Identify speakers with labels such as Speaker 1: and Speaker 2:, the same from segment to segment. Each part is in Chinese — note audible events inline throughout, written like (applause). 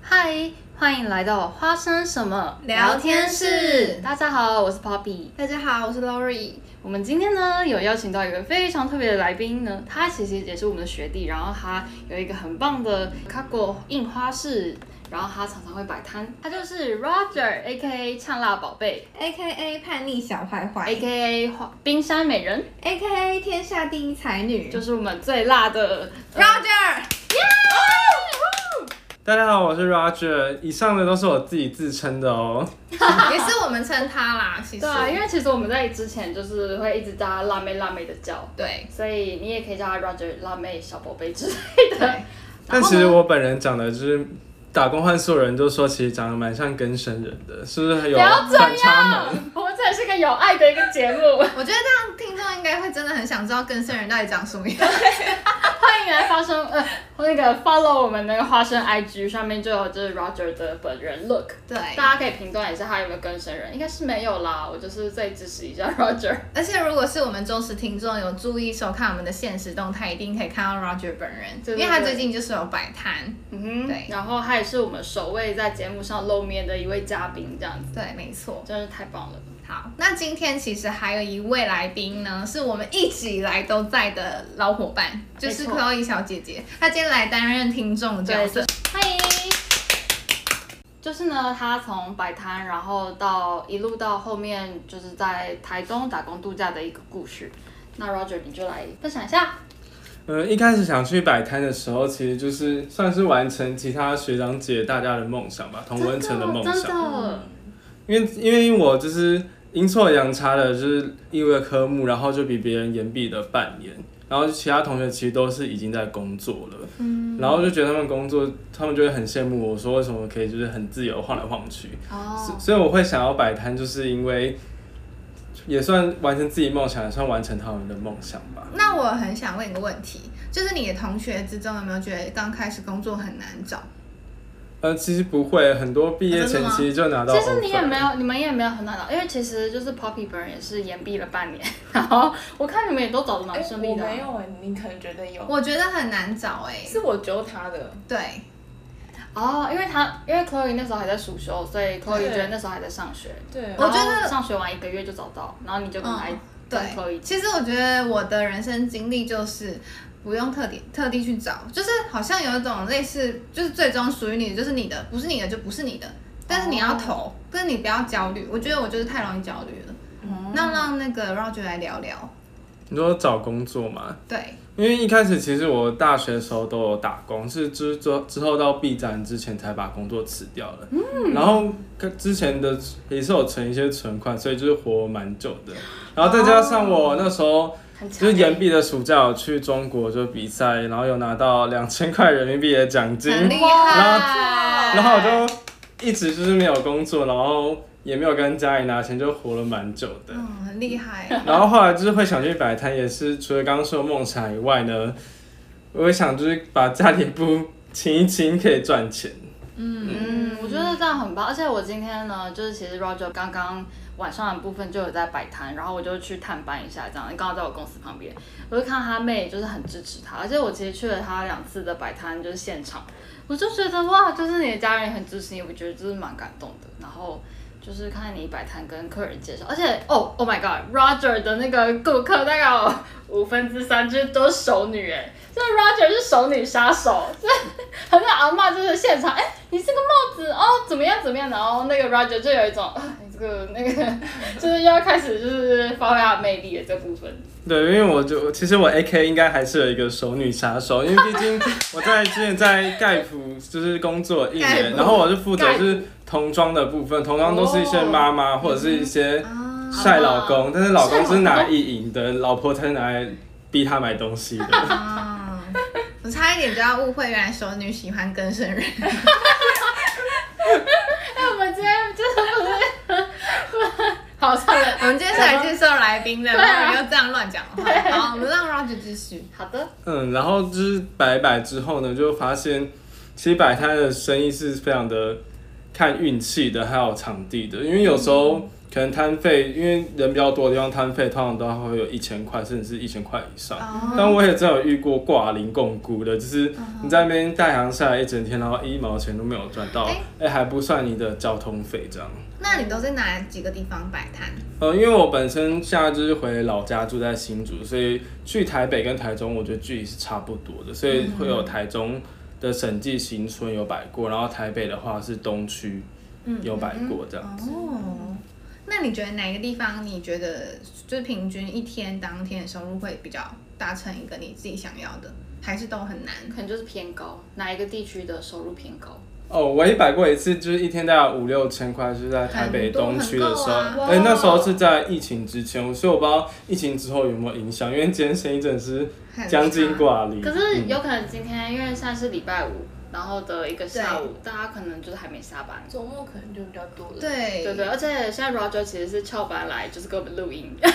Speaker 1: 嗨，欢迎来到花生什么
Speaker 2: 聊天室
Speaker 1: 大家好，我是 Poppy。
Speaker 2: 大家好，我是 Lori。
Speaker 1: 我们今天呢有邀请到一个非常特别的来宾呢，他其实也是我们的学弟，然后他有一个很棒的 Kago 印花室，然后他常常会摆摊，他就是 Roger A K A 呛辣宝贝
Speaker 2: A K A 叛逆小坏坏
Speaker 1: A K A 冰山美人，
Speaker 2: ，A K A 天下第一才女
Speaker 1: 就是我们最辣的
Speaker 2: Roger。
Speaker 3: 大家好，我是 Roger。以上的都是我自己自称的哦。
Speaker 2: (laughs) 也是我们称他啦，其实
Speaker 1: 对啊，因为其实我们在之前就是会一直叫他辣妹辣妹的叫，
Speaker 2: 对
Speaker 1: 所以你也可以叫他 Roger 辣妹小宝贝之类的。
Speaker 2: 对 (laughs)
Speaker 3: 但其实我本人长得就是打工换宿的人都说，其实长得蛮像更生人的，是不是有
Speaker 1: 不要这
Speaker 3: 反差萌？
Speaker 1: (laughs) 样，我们这里是个有爱的一个节目，
Speaker 2: 我觉得这样听众应该会真的很想知道更生人到底长什么样。
Speaker 1: 欢迎来发生呃那个 follow 我们那个花生 IG 上面就有就是 Roger 的本人 look，
Speaker 2: (laughs) 对，
Speaker 1: 大家可以评断一下他有没有跟生人，应该是没有啦，我就是再支持一下 (laughs) Roger。
Speaker 2: 而且如果是我们忠实听众，有注意收看我们的现实动态，一定可以看到 Roger 本人，
Speaker 1: 对对
Speaker 2: 因为他
Speaker 1: 对
Speaker 2: 最近就是有摆摊。
Speaker 1: 嗯哼，
Speaker 2: 对
Speaker 1: 然后他也是我们首位在节目上露面的一位嘉宾，这样子
Speaker 2: 对，没错。
Speaker 1: 真是太棒了。
Speaker 2: 好，那今天其实还有一位来宾呢，是我们一直以来都在的老伙伴，就是
Speaker 1: 没错
Speaker 2: Chloe 小姐姐，她今天来担任听众的角
Speaker 1: 对，
Speaker 2: 色
Speaker 1: 就。欢迎。就是呢，他从摆摊，然后到一路到后面，就是在台东打工度假的一个故事。那 Roger，你就来分享一下。
Speaker 3: 嗯，一开始想去摆摊的时候，其实就是算是完成其他学长姐大家的梦想吧，同温层梦
Speaker 1: 真
Speaker 3: 想。嗯
Speaker 1: 的，
Speaker 3: 因为因为我就是阴错阳差的，就是一个科目，然后就比别人延毕了半年，然后其他同学其实都是已经在工作了，嗯，然后就觉得他们工作，他们就会很羡慕我说为什么可以就是很自由晃来晃去，
Speaker 1: 哦
Speaker 3: 所，所以我会想要摆摊，就是因为也算完成自己梦想，也算完成他们的梦想吧。
Speaker 2: 那我很想问一个问题，就是你的同学之中有没有觉得刚开始工作很难找？
Speaker 3: 呃，其实不会，很多毕业
Speaker 2: 啊真
Speaker 3: 前
Speaker 2: 的吗
Speaker 3: 期就拿到 offer
Speaker 1: 其
Speaker 3: 了。
Speaker 1: 实你也没有，你们也没有很难找，因为其实就是 Poppy 本人也是延毕了半年， (laughs) 然后我看你们也都找的蛮
Speaker 4: 哎，
Speaker 1: 顺利的
Speaker 4: 我
Speaker 1: 啊、
Speaker 4: 没有哎、你可能觉得有，
Speaker 2: 我觉得很难找哎、
Speaker 4: 是我揪他的。
Speaker 2: 对，
Speaker 1: 哦，因为他因为 Chloe 那时候还在暑修，所以 Chloe
Speaker 4: 对
Speaker 1: 觉得那时候还在上学。
Speaker 4: 对啊
Speaker 2: 我觉得
Speaker 1: 然后上学完一个月就找到，然后你就跟他、
Speaker 2: 嗯
Speaker 1: 跟 Chloe
Speaker 2: 对，其实我觉得我的人生经历就是。不用特地特地去找，就是好像有一种类似，就是最终属于你的就是你的，不是你的就不是你的。但是你
Speaker 1: 哦
Speaker 2: 要投，但是你不要焦虑。我觉得我就是太容易焦虑了。
Speaker 1: 哦
Speaker 2: 那让那个 Roger 来聊聊。
Speaker 3: 你说找工作嘛，
Speaker 2: 对，
Speaker 3: 因为一开始其实我大学的时候都有打工，是之之之后到 B 站之前才把工作辞掉了。嗯，然后跟之前的也是有存一些存款，所以就是活蛮久的。然后再加上我那时候
Speaker 1: 很强
Speaker 3: 就是延毕的暑假有去中国就比赛，然后有拿到两千块人民币的奖金，
Speaker 2: 很厉
Speaker 1: 哇
Speaker 2: 害。
Speaker 3: 然后我就一直就是没有工作，然后也没有跟家里拿钱，就活了蛮久的。
Speaker 2: 嗯，很厉害。
Speaker 1: (laughs)
Speaker 3: 然后后来就是会想去摆摊，也是除了刚刚说的梦想以外呢，我也想就是把家里布清一清，可以赚钱。
Speaker 1: 嗯，我觉得这样很棒。而且我今天呢，就是其实 Roger 刚刚晚上的部分就有在摆摊，然后我就去探班一下，这样刚好在我公司旁边，我就看到他妹就是很支持他，而且我其实去了他两次的摆摊，就是现场，我就觉得哇，就是你的家人也很支持你，我觉得就是蛮感动的。然后。就是看你摆摊跟客人介绍，而且哦，Oh my God，Roger 的那个顾客大概有五分之三就是都是熟女哎，就是 Roger 是熟女杀手，很多阿嬷就是现场，哎、你这个帽子哦，怎么样怎么样，然后那个 Roger 就有一种，啊、你这个那个， (laughs) 就是要开始就是发挥他的魅力的这部分。
Speaker 3: 对，因为我就其实我 A K 应该还是有一个熟女杀手，因为毕
Speaker 1: (laughs)
Speaker 3: 竟我在之前在盖普就是工作一
Speaker 2: 盖
Speaker 3: 年，
Speaker 2: 普
Speaker 3: 然后我是负责
Speaker 1: 盖普哦
Speaker 3: 就是童装的部分，童装都是一些妈妈或者是一些
Speaker 2: 啊，
Speaker 3: 晒老公，但是老公
Speaker 1: 嗯晒老
Speaker 3: 是拿来
Speaker 1: 公
Speaker 3: 意淫的，老婆才是拿来逼他买东西的。
Speaker 2: 啊我差一点就要误会，原来熟女喜欢跟
Speaker 1: (laughs)
Speaker 2: 生人。
Speaker 1: 哎、我们今天真的不是， (laughs) 好算了，
Speaker 2: 我们今天是来介绍来宾的，不
Speaker 1: 对啊
Speaker 2: 然又这样乱讲话。好，我们让 Roger 继续。
Speaker 1: 好的，
Speaker 3: 嗯，然后就是摆一摆之后呢，就发现其实摆摊的生意是非常的看运气的，还有场地的，因为有时候可能摊费，因为人比较多的地方摊费通常都会有一千块，甚至是一千块以上。
Speaker 2: 哦嗯
Speaker 3: 但我也真有遇过挂零共估的，就是你在那边代行下来一整天，然后一毛钱都没有赚到，哎、
Speaker 2: 哎
Speaker 3: 还不算你的交通费这样。
Speaker 2: 那你都是哪几个地方摆摊？
Speaker 3: 呃，因为我本身现在就是回老家住在新竹，所以去台北跟台中，我觉得距离是差不多的，所
Speaker 2: 嗯
Speaker 3: 以会有台中的审计新村有摆过，然后台北的话是东区有摆过这样。
Speaker 2: 嗯哦，那你觉得哪个地方你觉得就是平均一天当天的收入会比较达成一个你自己想要的，还是都很难？
Speaker 1: 可能就是偏高，哪一个地区的收入偏高？
Speaker 3: 哦，我也摆过一次，就是一天大概五六千块，就是在台北东区的时候，
Speaker 2: 很
Speaker 3: 哎、
Speaker 2: 多
Speaker 1: 很够啊
Speaker 3: 那时候是在疫情之前，所以我不知道疫情之后有没有影响，因为今天生意真的是
Speaker 2: 很
Speaker 3: 将近
Speaker 2: 差
Speaker 3: 挂零。
Speaker 1: 可是
Speaker 2: (laughs)
Speaker 3: 嗯
Speaker 1: 有可能今天因为现在是礼拜五，然后的一个下午，大家可能就是还没下班。
Speaker 4: 周末可能就比较多了。，
Speaker 2: 对
Speaker 1: 对对，而且现在 Roger 其实是翘班来，就是给我们录 (laughs) 音，他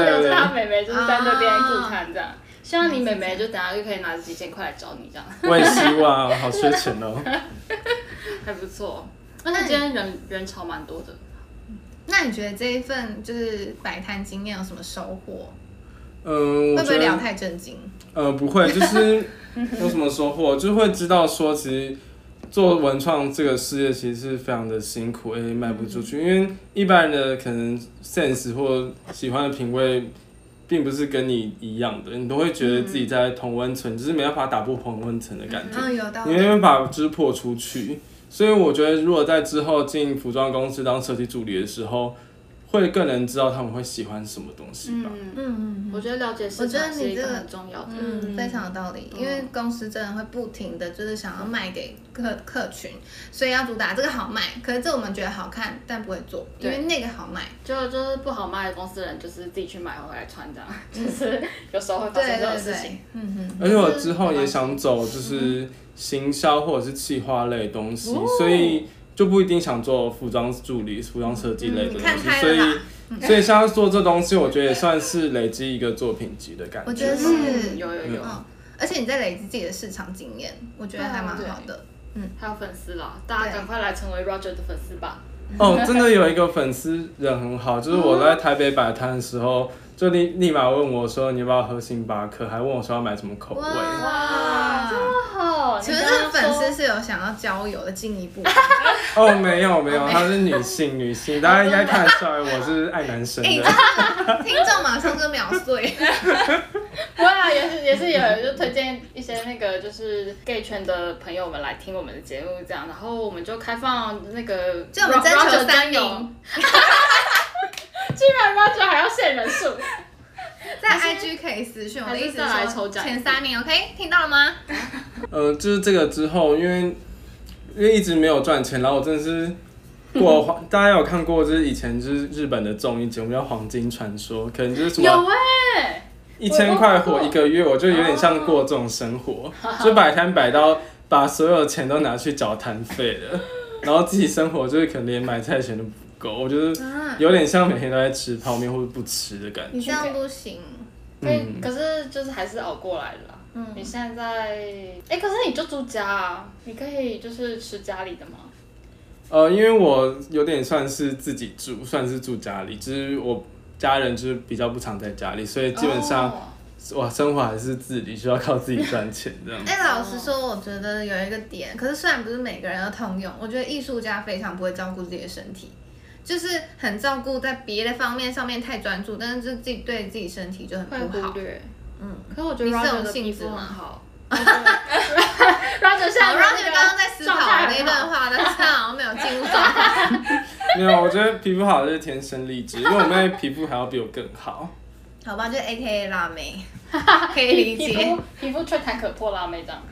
Speaker 3: 对对
Speaker 1: 留
Speaker 3: 对
Speaker 1: 着他妹妹就是在那边顾摊这样。希望你妹妹就等下就可以拿着几千块来找你这样，
Speaker 3: 我也希望，我好缺钱哦、
Speaker 1: 还不错。而且今天人人潮蛮多的，
Speaker 2: 那你觉得这一份就是摆摊经验有什么收获？
Speaker 3: 嗯，
Speaker 2: 会
Speaker 3: 我
Speaker 2: 不
Speaker 3: 觉
Speaker 2: 会聊
Speaker 3: 得，
Speaker 2: 太震惊？
Speaker 3: 呃，不会，就是有什么收获，就是会知道说，其实做文创这个事业其实是非常的辛苦，也卖不出去，因为一般人的可能 sense 或喜欢的品味。并不是跟你一样的，你都会觉得自己在同温层，只是没办法打破同温层的感觉。
Speaker 2: 嗯，有道
Speaker 3: 你
Speaker 2: 理。
Speaker 3: 没办法织破出去。所以我觉得，如果在之后进服装公司当设计助理的时候，会更能知道他们会喜欢什么东西吧。
Speaker 1: 嗯，
Speaker 2: 嗯嗯
Speaker 1: 我觉得了解市
Speaker 2: 我觉得
Speaker 1: 场
Speaker 2: 你
Speaker 1: 是一个
Speaker 2: 这个
Speaker 1: 很重要的。
Speaker 2: 嗯，非常有道理，
Speaker 1: 嗯
Speaker 2: 因为公司真的会不停的就是想要卖给客客群，所以要主打这个好卖。可是这我们觉得好看，但不会做，因
Speaker 1: 对
Speaker 2: 为那个好卖。
Speaker 1: 就就是不好卖的公司的人，就是自己去买回来穿
Speaker 2: (laughs)
Speaker 1: 这样，就是有时候会发
Speaker 2: 对
Speaker 1: 生这种
Speaker 2: 对
Speaker 1: 事情
Speaker 2: 对。，嗯嗯。
Speaker 3: 而且我之后也想走就是行销或者是企划类的东西，
Speaker 2: 哦
Speaker 3: 所以就不一定想做服装助理、服装设计类的
Speaker 2: 嗯
Speaker 3: 东
Speaker 2: 你看
Speaker 3: 西。
Speaker 2: 开
Speaker 3: 所
Speaker 2: 了
Speaker 3: 以
Speaker 2: 啦，
Speaker 3: 所以像做这东西，我觉得也算是累积一个作品集的感
Speaker 2: 我觉
Speaker 3: 觉
Speaker 2: 得
Speaker 3: 吧。
Speaker 2: 是
Speaker 1: 嗯有有有，
Speaker 2: 嗯，而且你在累积自己的市场经验，我
Speaker 1: 啊
Speaker 2: 觉得还蛮好的。
Speaker 1: 还有粉丝啦，大家赶快来成为 Roger 的粉丝吧。
Speaker 3: 哦，真的有一个粉丝人很好，就是我在台北摆摊的时候，就立立马问我说你要不要喝星巴克，还问我说要买什么口味。
Speaker 1: 啊
Speaker 2: 哇！
Speaker 1: 哦，
Speaker 2: 请问这个粉丝是有想要交友的进一步
Speaker 1: (laughs)
Speaker 2: 吗？
Speaker 3: 哦，没有没有，她是女性女性，大家应该看得出来我是爱男生
Speaker 2: 哎 (laughs)
Speaker 3: 的。
Speaker 2: 听众马上就秒
Speaker 1: (laughs)
Speaker 2: 碎。
Speaker 1: 不会啊，也是也是有人就推荐一些那个就是 gay 圈的朋友们来听我们的节目这样，然后我们就开放那个
Speaker 2: 就我们征求
Speaker 1: Roger
Speaker 2: 三
Speaker 1: 征
Speaker 2: 名
Speaker 1: 友， (laughs) 居然 Roger 还要限人数，
Speaker 2: 在 IG 可以私讯，我的
Speaker 1: 还是
Speaker 2: 意思
Speaker 1: 再来抽
Speaker 2: 是说
Speaker 1: 奖
Speaker 2: 前三名，OK，听到了吗？
Speaker 3: 呃，就是这个之后，因为因为一直没有赚钱，然后我真的是过黄，大家有看过就是以前就是日本的综艺节目叫《黄金传说》，可 (laughs) 能就是什么
Speaker 1: 有哎、
Speaker 3: 一千块活一个月，我就有点像过这种生活，就摆摊摆到把所有钱都拿去缴摊费了，然后自己生活就是可能连买菜钱都不够，我就是
Speaker 2: 啊，
Speaker 3: 有点像每天都在吃泡面或者不吃的感觉。
Speaker 2: 你这样不行。
Speaker 1: 所以、
Speaker 3: 嗯
Speaker 1: 可是就是还是熬过来了啦。嗯，你现在哎、可是你就住家啊，你可以就是吃家里的吗？
Speaker 3: 呃，因为我有点算是自己住，算是住家里，就是我家人就是比较不常在家里，所以基本上
Speaker 1: 哦
Speaker 3: 我生活还是自理，需要靠自己赚钱这样。
Speaker 2: 哎、老实说，我觉得有一个点，可是虽然不是每个人都通用，我觉得艺术家非常不会照顾自己的身体，就是很照顾在别的方面上面太专注，但是就自己对自己身体就很
Speaker 1: 会
Speaker 2: 不好
Speaker 1: 忽。略。
Speaker 2: 嗯，
Speaker 1: 可是我觉得
Speaker 2: 你是
Speaker 1: Roger
Speaker 2: 有
Speaker 1: 的
Speaker 2: 性
Speaker 1: 皮
Speaker 2: 质
Speaker 1: 肤
Speaker 2: 吗
Speaker 1: 很好。Roger 现在
Speaker 2: 好，让你们刚刚在思考我那
Speaker 1: 一
Speaker 2: 一段话，但是他好像没有进入状
Speaker 1: (laughs)
Speaker 2: 态。
Speaker 3: 没有，我觉得皮肤好就是天生丽质，因为我妹皮肤还要比我更
Speaker 1: (laughs)
Speaker 3: 好。
Speaker 2: 好吧，就 A K A 辣妹，可以理
Speaker 1: 皮
Speaker 2: 解
Speaker 1: 肤。皮肤吹弹可破辣妹这样。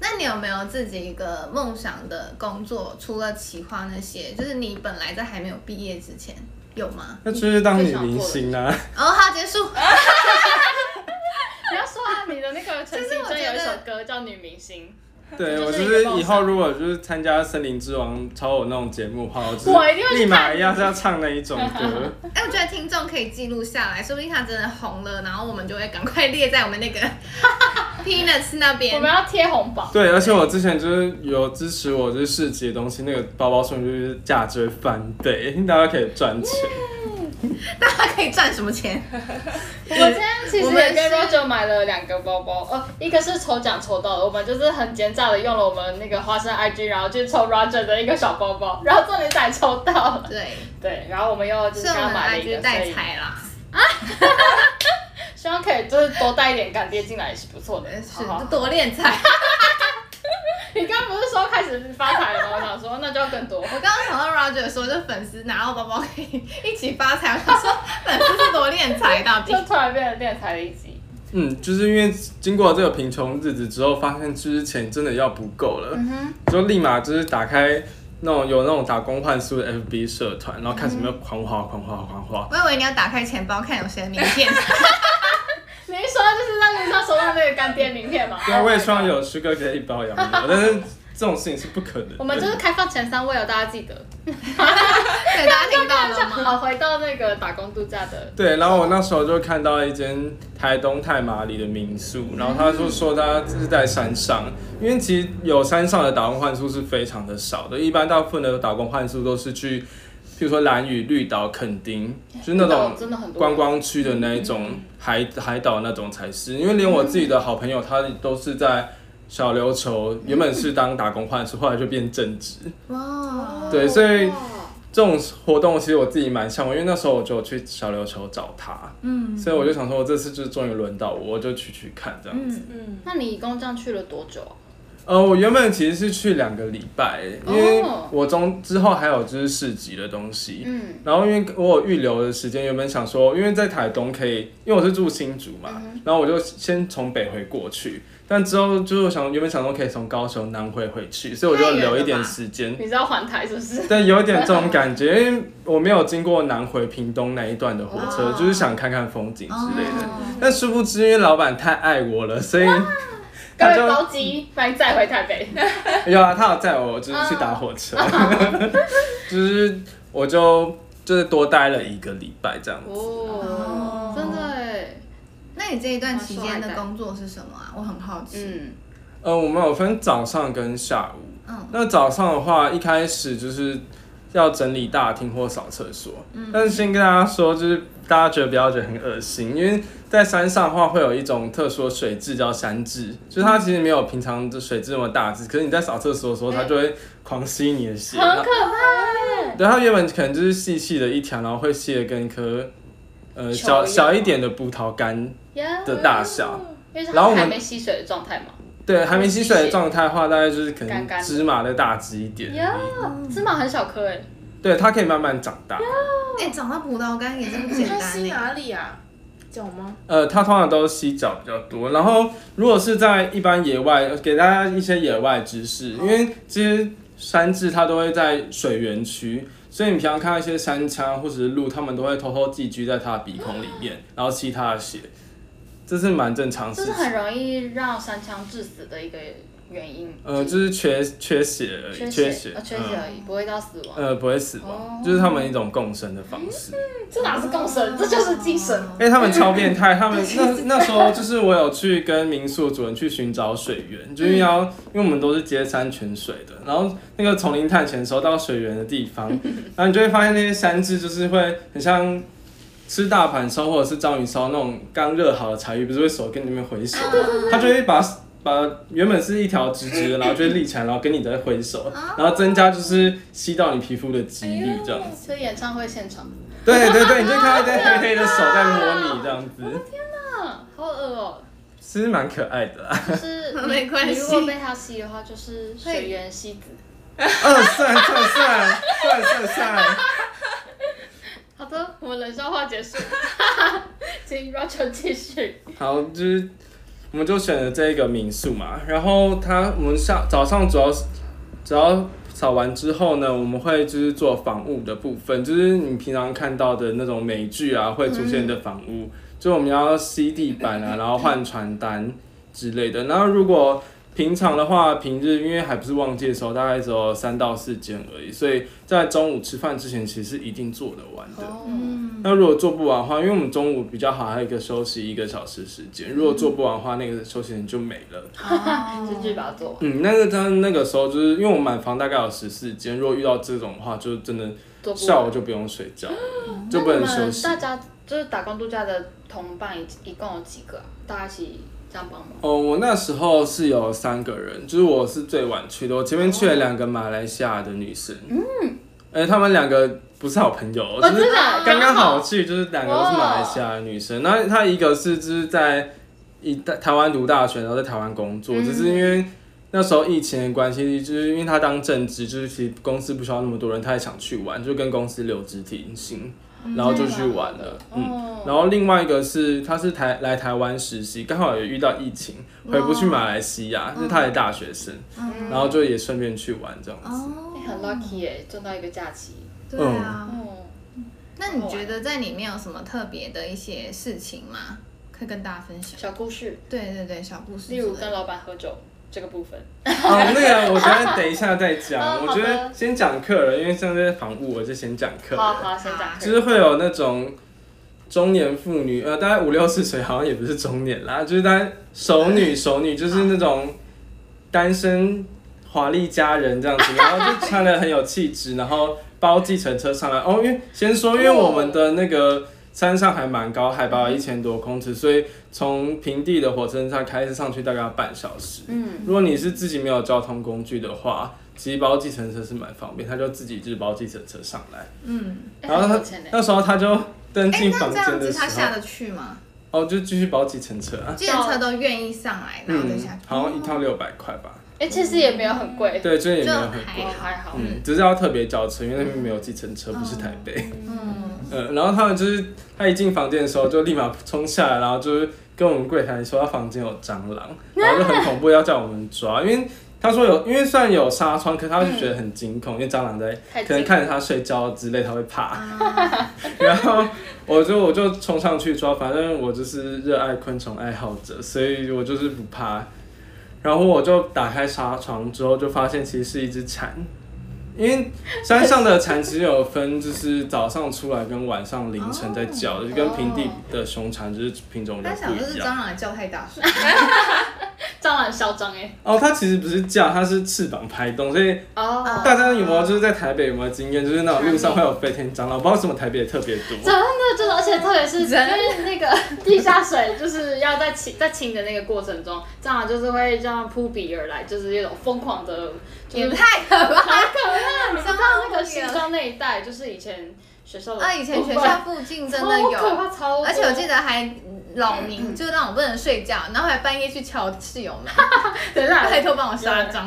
Speaker 2: 那你有没有自己一个梦想的工作？除了企划那些，就是你本来在还没有毕业之前有吗？
Speaker 3: 那就是当女明星啊，
Speaker 1: (laughs)
Speaker 2: 哦，好，结束。
Speaker 1: 不要说啊，你的那个陈
Speaker 2: 就是
Speaker 1: 绮
Speaker 2: 我
Speaker 1: 贞
Speaker 2: 觉
Speaker 1: 有一
Speaker 2: 得
Speaker 1: 首歌叫《女明星》，
Speaker 3: 对我
Speaker 1: 这就
Speaker 3: 就
Speaker 1: 是一个
Speaker 3: 是以
Speaker 1: 梦
Speaker 3: 后
Speaker 1: 想
Speaker 3: 如果就是参加《森林之王》超有那种节目的话，我就是
Speaker 1: 我一定会去
Speaker 3: 立马
Speaker 1: 看
Speaker 3: 要是要唱那一种
Speaker 1: (laughs)
Speaker 3: 歌。
Speaker 2: 哎，我觉得听众可以记录下来，说不定他真的红了，然后我们就会赶快列在我们那
Speaker 1: (laughs)
Speaker 2: 个 Peanuts 那
Speaker 1: 我
Speaker 2: 边
Speaker 1: 们。要贴红包。
Speaker 3: 对，而且我之前就是有支持我就是市集的东西，那个包包送就是价值翻倍， (laughs) 大家可以赚钱。
Speaker 2: 大家可以赚什么钱？
Speaker 1: (laughs) 我今天其实
Speaker 2: 我们
Speaker 1: 也跟
Speaker 2: 是
Speaker 1: Roger 买了两个包包，呃，一个是抽奖抽到的，我们就是很奸诈的用了我们那个花生 IG，然后去抽 Roger 的一个小包包，然后重点是还抽到了，
Speaker 2: 对，
Speaker 1: 对，然后我们又就是是
Speaker 2: 我
Speaker 1: 刚
Speaker 2: 们
Speaker 1: 刚
Speaker 2: 的
Speaker 1: 买了一
Speaker 2: IG
Speaker 1: 个，
Speaker 2: 代
Speaker 1: 所以
Speaker 2: 财啦。
Speaker 1: 希望可以就是多带一点干爹进来也是不错的，
Speaker 2: 是
Speaker 1: 好好。
Speaker 2: 多练财。
Speaker 1: 你刚不是说开始发财了吗？我想说那就要更多。
Speaker 2: 我刚刚想到 Roger 说，就粉丝拿到包包可以一起发财。我想说，粉丝是多练财到底 (laughs)
Speaker 1: 就？突然变成电台的一集。
Speaker 3: 嗯，就是因为经过这个贫穷日子之后，发现就是钱真的要不够了，
Speaker 1: 嗯
Speaker 3: 就立马就是打开那种有那种打工换宿的 FB 社团，然后看什
Speaker 1: 嗯
Speaker 3: 么狂花狂花狂花。
Speaker 2: 我以为你要打开钱包看有谁的名片。
Speaker 1: 你一说就是那个他收到那个干爹名片嘛？
Speaker 3: 对啊，我也希望有 Sugar 可以包养我，但是这种事情是不可能的。
Speaker 1: 我们就是开放前三位哦，大家记得。
Speaker 2: (laughs) 对，大家听到了吗？
Speaker 1: 好，回到那个打工度假的，
Speaker 3: 对，然后我那时候就看到一间台东太麻里的民宿，然后他就说他是在山上，因为其实有山上的打工换宿是非常的少的，一般大部分的打工换宿都是去，譬如说兰屿、绿岛、垦丁，就是那
Speaker 1: 绿岛
Speaker 3: 种
Speaker 1: 真的很多
Speaker 3: 观光区的那一种海海岛那种才是，因为连我自己的好朋友他都是在。小琉球原本是当打工换宿，后来就变正职。
Speaker 1: 哦
Speaker 2: 哇，
Speaker 3: 对所以这种活动其实我自己蛮向往，因为那时候我就有去小琉球找他，
Speaker 2: 嗯
Speaker 3: 所以我就想说，我这次就是终于轮到我，我就去去看这样子。
Speaker 2: 嗯，
Speaker 4: 嗯，
Speaker 1: 那你一共这样去了多久啊？
Speaker 3: 呃，我原本其实是去两个礼拜，因为
Speaker 1: 哦
Speaker 3: 我中之后还有就是市集的东西。
Speaker 1: 嗯，
Speaker 3: 然后因为我有预留的时间，原本想说，因为在台东可以，因为我是住新竹嘛，
Speaker 2: 嗯
Speaker 3: 然后我就先从北回过去，但之后就是我想原本想说可以从高雄南回回去，所以我就
Speaker 2: 太远了
Speaker 3: 留一点
Speaker 2: 吧
Speaker 3: 时间，
Speaker 1: 你知道环台是不
Speaker 3: (laughs)
Speaker 1: 是？
Speaker 3: 但有一点这种感觉，因为我没有经过南回屏东那一段的火车，
Speaker 2: 哦
Speaker 3: 就是想看看风景之类的。
Speaker 2: 哦
Speaker 3: 但殊不知，因为老板太爱我了，所以 (laughs)
Speaker 1: 各
Speaker 3: 他
Speaker 1: 位
Speaker 3: 就
Speaker 1: 包机把你载回台北。
Speaker 3: 有啊，他有载我，就是去打火车， (laughs) 就是我就就是多待了一个礼拜这样子。
Speaker 1: (laughs) 哦，真的哎，
Speaker 2: 那你这一段期间的工作是什么啊？我很好奇。
Speaker 1: 嗯，
Speaker 3: 呃，我们有分早上跟下午。
Speaker 2: 嗯
Speaker 3: 那早上的话，一开始就是要整理大厅或扫厕所。
Speaker 1: 嗯
Speaker 3: 但是先跟大家说，就是大家觉得不要觉得很恶心，因为在山上的话会有一种特殊的水质叫山质，就是
Speaker 1: 嗯
Speaker 3: 它其实没有平常的水质那么大只，可是你在扫厕所的时候，它就会狂吸你的血。
Speaker 1: 嗯很可怕哎。
Speaker 3: 对，它原本可能就是细细的一条，然后会细的跟一颗呃
Speaker 1: 球一样
Speaker 3: 小
Speaker 1: 嗯
Speaker 3: 小一点的葡萄干
Speaker 1: 呀
Speaker 3: 的大小。
Speaker 1: 因为是
Speaker 3: 然后我
Speaker 1: 它
Speaker 3: 们
Speaker 1: 还没吸水的状态嘛。
Speaker 3: 对，还没吸水的状态的话，大概就是可
Speaker 1: 干
Speaker 3: 能
Speaker 1: 干的
Speaker 3: 芝麻的大只一点。
Speaker 1: 呀，芝麻很小颗哎，
Speaker 3: 对，它可以慢慢长大。
Speaker 2: 哎，长到葡萄干也是不简
Speaker 4: 他
Speaker 2: 单
Speaker 4: 吸
Speaker 2: 呢。
Speaker 4: 哪里啊？脚吗？
Speaker 3: 呃，它通常都是吸脚比较多。然后，如果是在一般野外，给大家一些野外知识，因
Speaker 1: 嗯
Speaker 3: 为其实山雉它都会在水源区，所以你平常看到一些山羌或者是鹿，它们都会偷偷寄居在它的鼻孔里面，然后吸它的血，这啊是蛮正常的
Speaker 1: 这
Speaker 3: 事
Speaker 1: 是
Speaker 3: 情。
Speaker 1: 很容易让山枪致死的一个原因。
Speaker 3: 呃，就是缺缺血而已，
Speaker 1: 缺
Speaker 3: 血，嗯
Speaker 1: 呃缺血而已，哦不会到死亡。
Speaker 3: 嗯呃，不会死亡，就是它们一种共生的方式。
Speaker 1: 这哪是共
Speaker 4: 哦
Speaker 1: 生，这就是精神。
Speaker 3: 因哎为他们超变态，他们那那时候就是我有去跟民宿主人去寻找水源，就是要因为我们都是接山泉水的，然后那个丛林探险的时候到水源的地方，然后你就会发现那些山质就是会很像吃大盘烧或者是章鱼烧那种刚热好的柴鱼，不是会手跟你们挥手，它就会把。把原本是一条直直的，然后就会立起来，然后跟你在挥手，然后增加就是吸到你皮肤的几率这样子。
Speaker 1: 所以演唱会现场，
Speaker 3: 对对对，你就看到一堆黑黑的手在摸你这样子。
Speaker 1: 啊，好恶 (laughs) 哦、
Speaker 3: 其实蛮可爱的啊 (laughs) 啦。
Speaker 1: (laughs) 就是你
Speaker 2: 没关系
Speaker 1: 你如果被它吸的话，就是水源吸子。
Speaker 3: 嗯，算算算算算算。
Speaker 1: 好的，我们冷笑话结 (laughs) 束，请 Roger 继续。
Speaker 3: 好，就是我们就选了这一个民宿嘛，然后它我们下早上主要是只要扫完之后呢，我们会就是做房屋的部分，就是你平常看到的那种美剧啊会出现的房屋，就我们要吸地板啊，然后换传单之类的。然后如果平常的话，平日因为还不是旺季的时候，大概只有三到四间而已，所以在中午吃饭之前其实是一定做得完的。
Speaker 4: 哦，
Speaker 2: 嗯，
Speaker 3: 那如果做不完的话，因为我们中午比较好，还有一个休息一个小时时间。如果做不完的话，那个休息时间就没了。
Speaker 2: (laughs)
Speaker 1: 就继续把它做完，
Speaker 3: 嗯，那个他那个时候就是因为我满房大概有十四间，如果遇到这种的话，就真的
Speaker 1: 做不
Speaker 3: 下
Speaker 1: 完
Speaker 3: 午就不用睡觉了，
Speaker 1: 啊那
Speaker 3: 就
Speaker 1: 你
Speaker 3: 不
Speaker 1: 们
Speaker 3: 能休息
Speaker 1: 大。家就是打工度假的同伴一一共有几个啊？大家一起这样帮忙？
Speaker 3: 哦，我那时候是有三个人，就是我是最晚去的，我前面去了两个马来西亚的女生，嗯，而且她们两个不是好朋友，
Speaker 1: 哦
Speaker 3: 就是
Speaker 1: 真的啊
Speaker 3: 刚刚
Speaker 1: 刚
Speaker 3: 好
Speaker 1: 好
Speaker 3: 去，就是两个都是马来西亚的女生，那她一个是就是在一台湾读大学，然后在台湾工作，
Speaker 1: 嗯
Speaker 3: 只是因为。那时候疫情的关系，就是因为她当正职，就是其实公司不需要那么多人，她也想去玩，就跟公司留职停薪，然后就去玩了。嗯，
Speaker 1: 嗯哦，
Speaker 3: 然后另外一个是，他是台来台湾实习，刚好也遇到疫情，回不去马来西亚，
Speaker 2: 嗯
Speaker 3: 是他也大学生，
Speaker 1: 嗯
Speaker 3: 然后就也顺便去玩这样子。
Speaker 2: 哦
Speaker 1: 你很 lucky 耶，赚到一个假期。
Speaker 2: 对啊。
Speaker 1: 哦，
Speaker 2: 那你觉得在里面有什么特别的一些事情吗？可以跟大家分享。
Speaker 1: 小故事，
Speaker 2: 对对对，小故事之
Speaker 1: 例
Speaker 2: 类的。
Speaker 1: 如跟老板喝酒这个部分。
Speaker 3: 哦，那个我觉得等一下再
Speaker 1: 哦
Speaker 3: 讲，我
Speaker 1: 好的
Speaker 3: 觉得先讲客人，因为像这些房务我就先讲客
Speaker 1: 好
Speaker 3: 人，
Speaker 1: 好，先
Speaker 2: 啊
Speaker 1: 讲。
Speaker 3: 就是会有那种中年妇女，呃，大概五六十岁，好像也不是中年啦， (laughs) 就是大概熟女
Speaker 1: 嗯
Speaker 3: 熟女，就是那种单身华丽佳人这样子，然
Speaker 1: (laughs)
Speaker 3: 后就穿的很有气质，然后包计程车上来。哦，因为先说，因为我们的那个山上还蛮高，海拔一千多公尺，所以从平地的火车站开始上去大概要半小时。
Speaker 1: 嗯，
Speaker 3: 如果你是自己没有交通工具的话，其实包计程车是蛮方便，他就自己就是包计程车上来。
Speaker 2: 嗯，
Speaker 1: 哎
Speaker 3: 然后
Speaker 1: 很
Speaker 3: 他
Speaker 1: 有钱耶
Speaker 3: 那时候他就 (laughs) 登
Speaker 2: 哎，
Speaker 3: 进
Speaker 2: 那
Speaker 3: 房
Speaker 2: 这样
Speaker 3: 间
Speaker 2: 子
Speaker 3: 的时
Speaker 2: 他
Speaker 3: 候
Speaker 2: 下，得去吗？
Speaker 3: 哦，就继续包计程车啊，
Speaker 2: 计程车都愿意上来，然后再
Speaker 3: 嗯
Speaker 2: 下去，。
Speaker 3: 好像一趟六百块吧，
Speaker 1: 哎，其实也没有很贵，
Speaker 3: 对，这也没
Speaker 2: 就
Speaker 3: 有很贵
Speaker 1: 哦，，还好。
Speaker 3: 嗯，只是要特别叫车，因为那边没有计程车，不是台北，
Speaker 2: 嗯，
Speaker 3: 嗯，然后他们就是他一进房间的时候就立马冲下来，然后就是跟我们柜台说他房间有蟑螂，然后就很恐怖，要叫我们抓，因为。他说有，因为虽然有纱窗，可他就觉得很惊恐，因为蟑螂在
Speaker 1: 太
Speaker 3: 可能
Speaker 1: 近
Speaker 3: 看着他睡觉之类，他会怕。
Speaker 2: 啊
Speaker 3: (laughs) 然后我就我就冲上去抓，反正我就是热爱昆虫爱好者，所以我就是不怕。然后我就打开纱窗之后，就发现其实是一只蝉，因为山上的蝉其实有分，就是早上出来跟晚上凌晨在叫，就跟平地的雄蝉就是品种就
Speaker 2: 哦他想
Speaker 3: 不
Speaker 2: 说是
Speaker 3: 一
Speaker 2: 蟑
Speaker 3: 样。
Speaker 2: 螂叫太大声，
Speaker 1: 蟑螂很嚣张哎。
Speaker 3: 哦，它其实不是叫，它是翅膀拍动，所以
Speaker 1: 哦，
Speaker 3: 大家有没有就是在台北有没有经验，就是那种路上会有飞天蟑螂，我不知道为什么台北也特别多。
Speaker 1: 真的真的，而且特别是因
Speaker 2: 真
Speaker 1: 为那个地下水，就是要在清在清的那个过程中，蟑螂就是会这样扑鼻而来，就是一种疯狂的，就
Speaker 2: 也
Speaker 1: 是
Speaker 2: 太可怕。
Speaker 1: 好可怕！你知道那个新庄那一带，就是以前学校的，
Speaker 2: 啊，以前学校附近真的
Speaker 1: 超可
Speaker 2: 有，
Speaker 1: 怕，超多
Speaker 2: 而且我记得还扰民，就让我不能睡觉，然后还半夜去敲室友门，
Speaker 1: 等一下
Speaker 2: 拜托帮我杀蟑。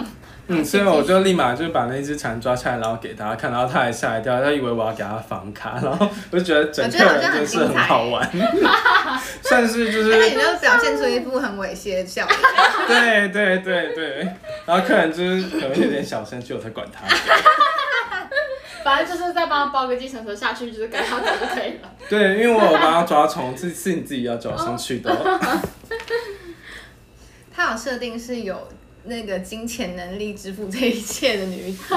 Speaker 3: 嗯，所以我就立马就把那只蝉抓下来，然后给他看，然后他还吓一跳，他以为我要给他房卡，然后我就觉得整个人真是很好玩， (laughs) 算是就
Speaker 2: 但是
Speaker 3: 是
Speaker 2: 你就表现出一副很猥亵的笑容，
Speaker 3: 对对对对，然后客人就是可能有点小生气，我才管他。
Speaker 1: 反正就是再帮他包个计程车下去，就是赶他走就可以了。
Speaker 3: 对，因为我有帮他抓虫，是是你自己要抓上去的 (laughs) 哦。
Speaker 2: 她有设定是有那个金钱能力支付这一切的女子。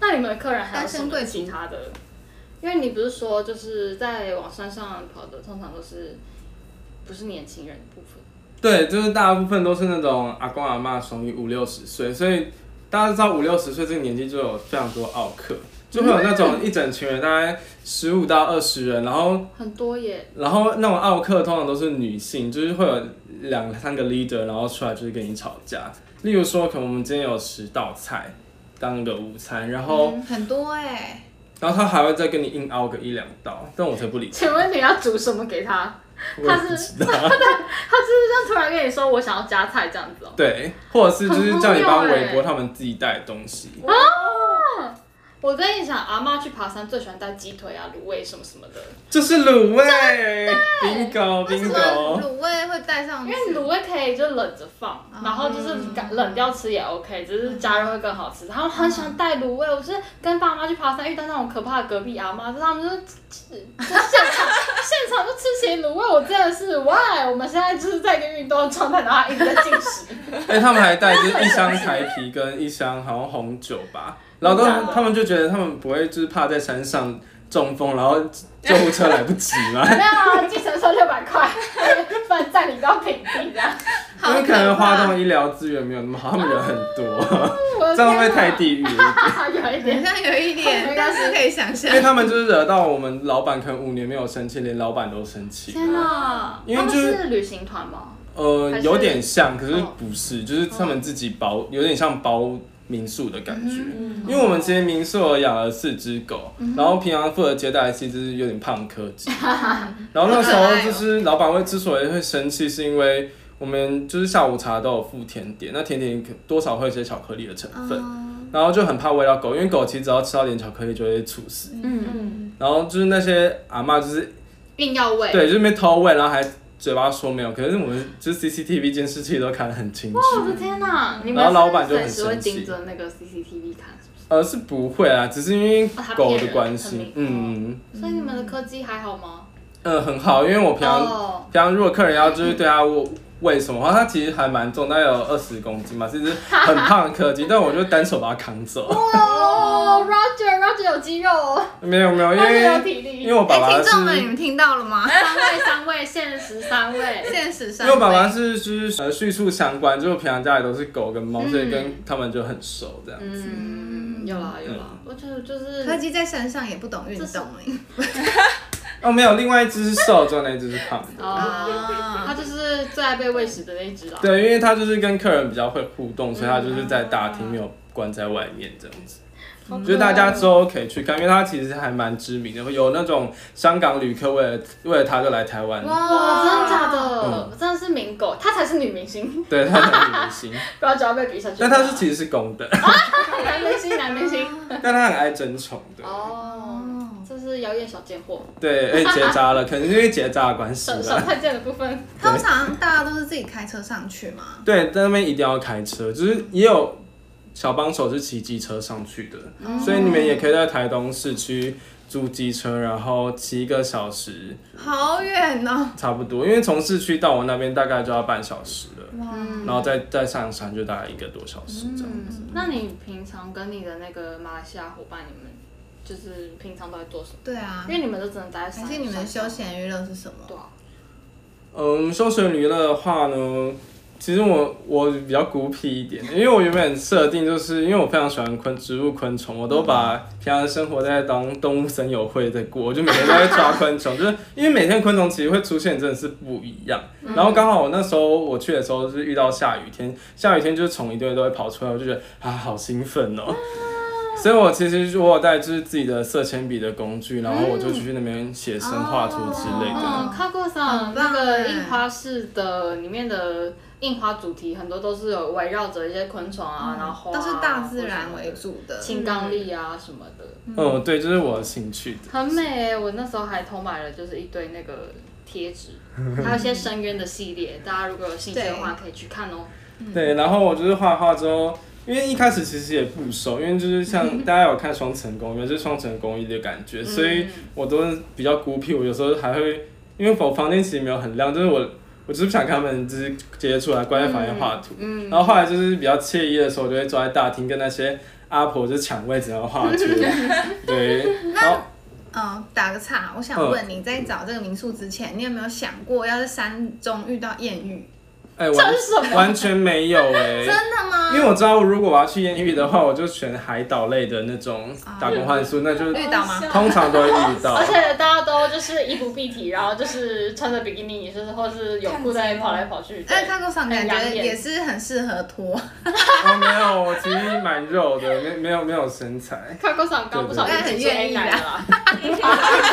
Speaker 1: 那你们的客人还有
Speaker 2: 单身
Speaker 1: 什么
Speaker 2: 贵族
Speaker 1: 其他的？因为你不是说就是在往山上跑的，通常都是不是年轻人的部分。
Speaker 3: 对，就是大部分都是那种阿公阿妈，属于五六十岁，所以大家知道五六十岁这个年纪就有非常多奥客，就会有那种一整群人，大概十五到二十人，然后。
Speaker 1: 很多耶，
Speaker 3: 然后那种奥克通常都是女性，就是会有两三个 leader，然后出来就是跟你吵架。例如说，可能我们今天有十道菜当个午餐，然后、
Speaker 1: 嗯
Speaker 2: 很多哎、
Speaker 3: 然后他还会再跟你硬凹个一两道，但我才不理
Speaker 1: (laughs)
Speaker 3: 他，
Speaker 1: 请问你要煮什么给他？
Speaker 3: 我也不知
Speaker 1: (laughs)
Speaker 3: 道。
Speaker 1: 他就是这样突然跟你说我想要加菜这样子哦、
Speaker 3: 对，或者是就是叫你帮
Speaker 1: 很荒谬
Speaker 3: 微
Speaker 1: 欸
Speaker 3: 博他们自己带的东西。
Speaker 1: 哦啊我跟你讲，阿妈去爬山最喜欢带鸡腿啊、卤味什么什么的，
Speaker 3: 这是卤味，bingo
Speaker 2: 为什么
Speaker 3: bingo。
Speaker 2: 卤味会带上
Speaker 1: 因
Speaker 2: 去？
Speaker 1: 为卤味可以就冷着放，然后就是感冷掉吃也 OK，只是加热会更好吃。他们很喜欢带卤味，我是跟爸妈去爬山遇到那种可怕的隔壁阿妈，就是他们就是就现场 (laughs) 现场就吃起卤味，我真的是哇！我们现在就是在一个运动的状态，然后一直在进食。
Speaker 3: 哎、他们还带就是一箱台啤跟一箱好像红酒吧，然后他们他们就觉得他们不会就是怕在山上中风，然后救护车来不及
Speaker 1: (laughs)
Speaker 3: 嘛，
Speaker 1: (laughs) 没有啊，计程车六百块，不然占领到平地这样。
Speaker 3: 因为可能花东医疗资源没有那么好，他们人很
Speaker 1: (laughs)
Speaker 3: 多，这样会不会太地狱了一点？
Speaker 1: 哈哈， (laughs) 有一
Speaker 2: 好
Speaker 1: 点。
Speaker 2: 像有一点，但是可以想象
Speaker 3: 因为。他们就是惹到我们老板，可能五年没有生气，连老板都生
Speaker 1: (laughs)
Speaker 3: 气。
Speaker 1: 天哪！
Speaker 3: 因为
Speaker 1: 他们
Speaker 3: 就是
Speaker 1: 是旅行团吗？
Speaker 3: 呃
Speaker 1: 还，是哦
Speaker 3: 有点像，可是不是，就是他们自己包，有点像包民宿的感
Speaker 1: 嗯
Speaker 3: 觉。
Speaker 4: 嗯
Speaker 3: 因为我们其实民宿有养了四只狗，然后平常负责接待的是一只有点胖柯
Speaker 1: (laughs)
Speaker 3: 基。然后那时候就是老板会之所以会生气，是因为我们就是下午茶都有附甜点，那甜点多少会有一些巧克力的成
Speaker 2: 嗯
Speaker 1: 嗯
Speaker 3: 分，
Speaker 2: 哎
Speaker 3: 然后就很怕喂到狗，因为狗其实只要吃到点巧克力就会猝死。
Speaker 1: 嗯，
Speaker 4: 嗯，
Speaker 3: 然后就是那些阿嬷就是
Speaker 1: 硬要喂。
Speaker 3: 对，就是被偷喂，然后还嘴巴说没有。可是我们就是 CCTV 监视器都看得很清楚，
Speaker 1: 哦我的天哪！你们
Speaker 3: 然后老板
Speaker 1: 是
Speaker 3: 就
Speaker 1: 随
Speaker 3: 很
Speaker 1: 时会
Speaker 3: 生气
Speaker 1: 盯着那个 CCTV 看，是不
Speaker 3: 呃，是不会啊，只是因为
Speaker 1: 哦他骗
Speaker 3: 狗
Speaker 1: 人
Speaker 3: 的关
Speaker 1: 很
Speaker 3: 系
Speaker 1: 明，
Speaker 3: 嗯
Speaker 1: 是？所以你们的科技还好吗？
Speaker 3: 嗯，很好，因为我平常、
Speaker 1: 哦，
Speaker 3: 平常如果客人要就是对他喂喂什么的话，它其实还蛮重，大概有二十公斤嘛，是一只很胖的柯基，但我就单手把它扛
Speaker 1: (laughs)
Speaker 3: 走，
Speaker 1: 哦，Roger Roger 有肌肉哦
Speaker 3: 没有没有，因
Speaker 1: ，Roger 有
Speaker 3: 为
Speaker 1: 体力。
Speaker 3: 因为我爸
Speaker 2: 哎，
Speaker 3: 爸
Speaker 2: 听
Speaker 3: 是哎
Speaker 2: 众们，你们听到了吗？
Speaker 1: 三位三位，限时三 (laughs) 位。
Speaker 2: 现实
Speaker 3: 因
Speaker 2: 上，
Speaker 3: 为我爸爸是就是呃叙述相关，就是我平常家里都是狗跟猫，所以跟
Speaker 1: 嗯
Speaker 3: 他们就很熟这样。
Speaker 1: 嗯，有啦有啦，我觉得就是
Speaker 2: 柯基在山上也不懂运动哎。
Speaker 3: 哦，没有，另外一只是瘦，就那一只是胖的。
Speaker 1: 哦
Speaker 2: 哦
Speaker 1: 啊，他就是最爱被喂食的那一只啦。
Speaker 3: 对，因为他就是跟客人比较会互动，所以他就是在大厅没有关在外面这样子。
Speaker 4: 好
Speaker 3: 就是大家之后可以去看，因为他其实还蛮知名的，有那种香港旅客为了为了他就来台湾，
Speaker 1: 哦哇，真的假
Speaker 3: 嗯
Speaker 1: 的？真的是名狗，她才是女明星，
Speaker 3: 对他很
Speaker 1: (laughs)
Speaker 3: 明星，
Speaker 1: 不要只要被比下去。
Speaker 3: 但他是其实是
Speaker 1: (laughs)
Speaker 3: 公的，
Speaker 1: 男明星，男明星。
Speaker 3: 但他很爱争宠
Speaker 1: (laughs)
Speaker 3: 的。
Speaker 1: 哦，这是妖艳小贱货，
Speaker 3: 对，哎、结扎了，可能是因为结扎的关系
Speaker 1: 手手
Speaker 3: 吧。
Speaker 1: 太贱的部分。
Speaker 2: 通常大家都是自己开车上去嘛。
Speaker 3: 对，在那边一定要开车，就是也有小帮手是骑机车上去的，
Speaker 1: 哦
Speaker 3: 所以你们也可以在台东市区租机车，然后骑一个小时。
Speaker 2: 好远哦。
Speaker 3: 差不多，因为从市区到我那边大概就要半小时了，
Speaker 1: 嗯
Speaker 3: 然后再再上山就大概一个多小时这样。
Speaker 1: 嗯，那你平常跟你的那个马来西亚伙伴，你们就是平常都在做什么？
Speaker 2: 对啊
Speaker 1: 因，为你们都只能待在山
Speaker 2: 还是你们的
Speaker 1: 上
Speaker 2: 休闲娱乐是什么？
Speaker 1: 对啊，
Speaker 3: 嗯，休闲娱乐的话呢，其实我我比较孤僻一点，因为我原本设定就是因为我非常喜欢昆植物昆虫，我都把平常的生活在当动物森友会在过，我就每天都在抓昆虫， (laughs) 就是因为每天昆虫其实会出现真的是不一样。然后刚好我那时候我去的时候是遇到下雨天，下雨天就是虫一堆都会跑出来，我就觉得啊好兴奋哦、所以我其实我有带就是自己的色铅笔的工具，然后我就去那边写生画图之类的。
Speaker 1: 嗯，看过上
Speaker 2: 很
Speaker 1: 那
Speaker 2: 棒
Speaker 1: 个
Speaker 2: 哎
Speaker 1: 印花室的里面的印花主题，很多都是有围绕着一些昆虫啊，然后花啊
Speaker 2: 都是大自然为，主
Speaker 1: 或
Speaker 2: 的
Speaker 1: 者什么的。青冈栎啊什么的，
Speaker 3: 嗯，对，这是我的兴趣。
Speaker 1: 很美、欸。我那时候还偷买了就是一堆那个贴纸，还有一些深渊的系列，大家如果有兴趣的话可以去看哦、
Speaker 3: 对，然后我就是画画之后，因为一开始其实也不熟，因为就
Speaker 1: (laughs)
Speaker 3: 是像大家有看《双层公寓》，就是双层公寓的感觉，所
Speaker 1: 嗯
Speaker 3: 以我都是比较孤僻。我有时候还会，因为我房间其实没有很亮，就是我我就是不想跟他们就是直接出来关在房间画图。
Speaker 1: 嗯，
Speaker 3: 然后后来就是比较惬意的时候，我就会坐在大厅跟那些阿婆就抢位置然后画
Speaker 1: (laughs)
Speaker 3: 图。对，然后
Speaker 2: 嗯，打个岔，我
Speaker 3: 嗯
Speaker 2: 想问你在找这个民宿之前，你有没有想过要在山中遇到艳遇？
Speaker 3: 哎、
Speaker 1: 这是什
Speaker 3: 完
Speaker 1: 么
Speaker 3: 完全没有
Speaker 1: (laughs)
Speaker 3: 哎、
Speaker 2: 真的吗？
Speaker 3: 因为我知道，如果我要去艳遇的话，我就选海岛类的那种
Speaker 1: 啊
Speaker 3: 打工换宿，那就
Speaker 2: 绿岛吗？
Speaker 3: 通常都会遇到
Speaker 1: 而。且大家都就是衣不蔽体，然后就是穿着比基尼，就是或是泳裤在跑来跑去。对
Speaker 2: 但是 taco 上感
Speaker 1: 很养
Speaker 2: 觉
Speaker 1: 眼
Speaker 2: 也是很适合脱，
Speaker 3: 哦，没有，我其实蛮肉的，没没有没有身材，
Speaker 1: 看过上刚不少
Speaker 2: 对对对
Speaker 1: 已经是 A 男了啦。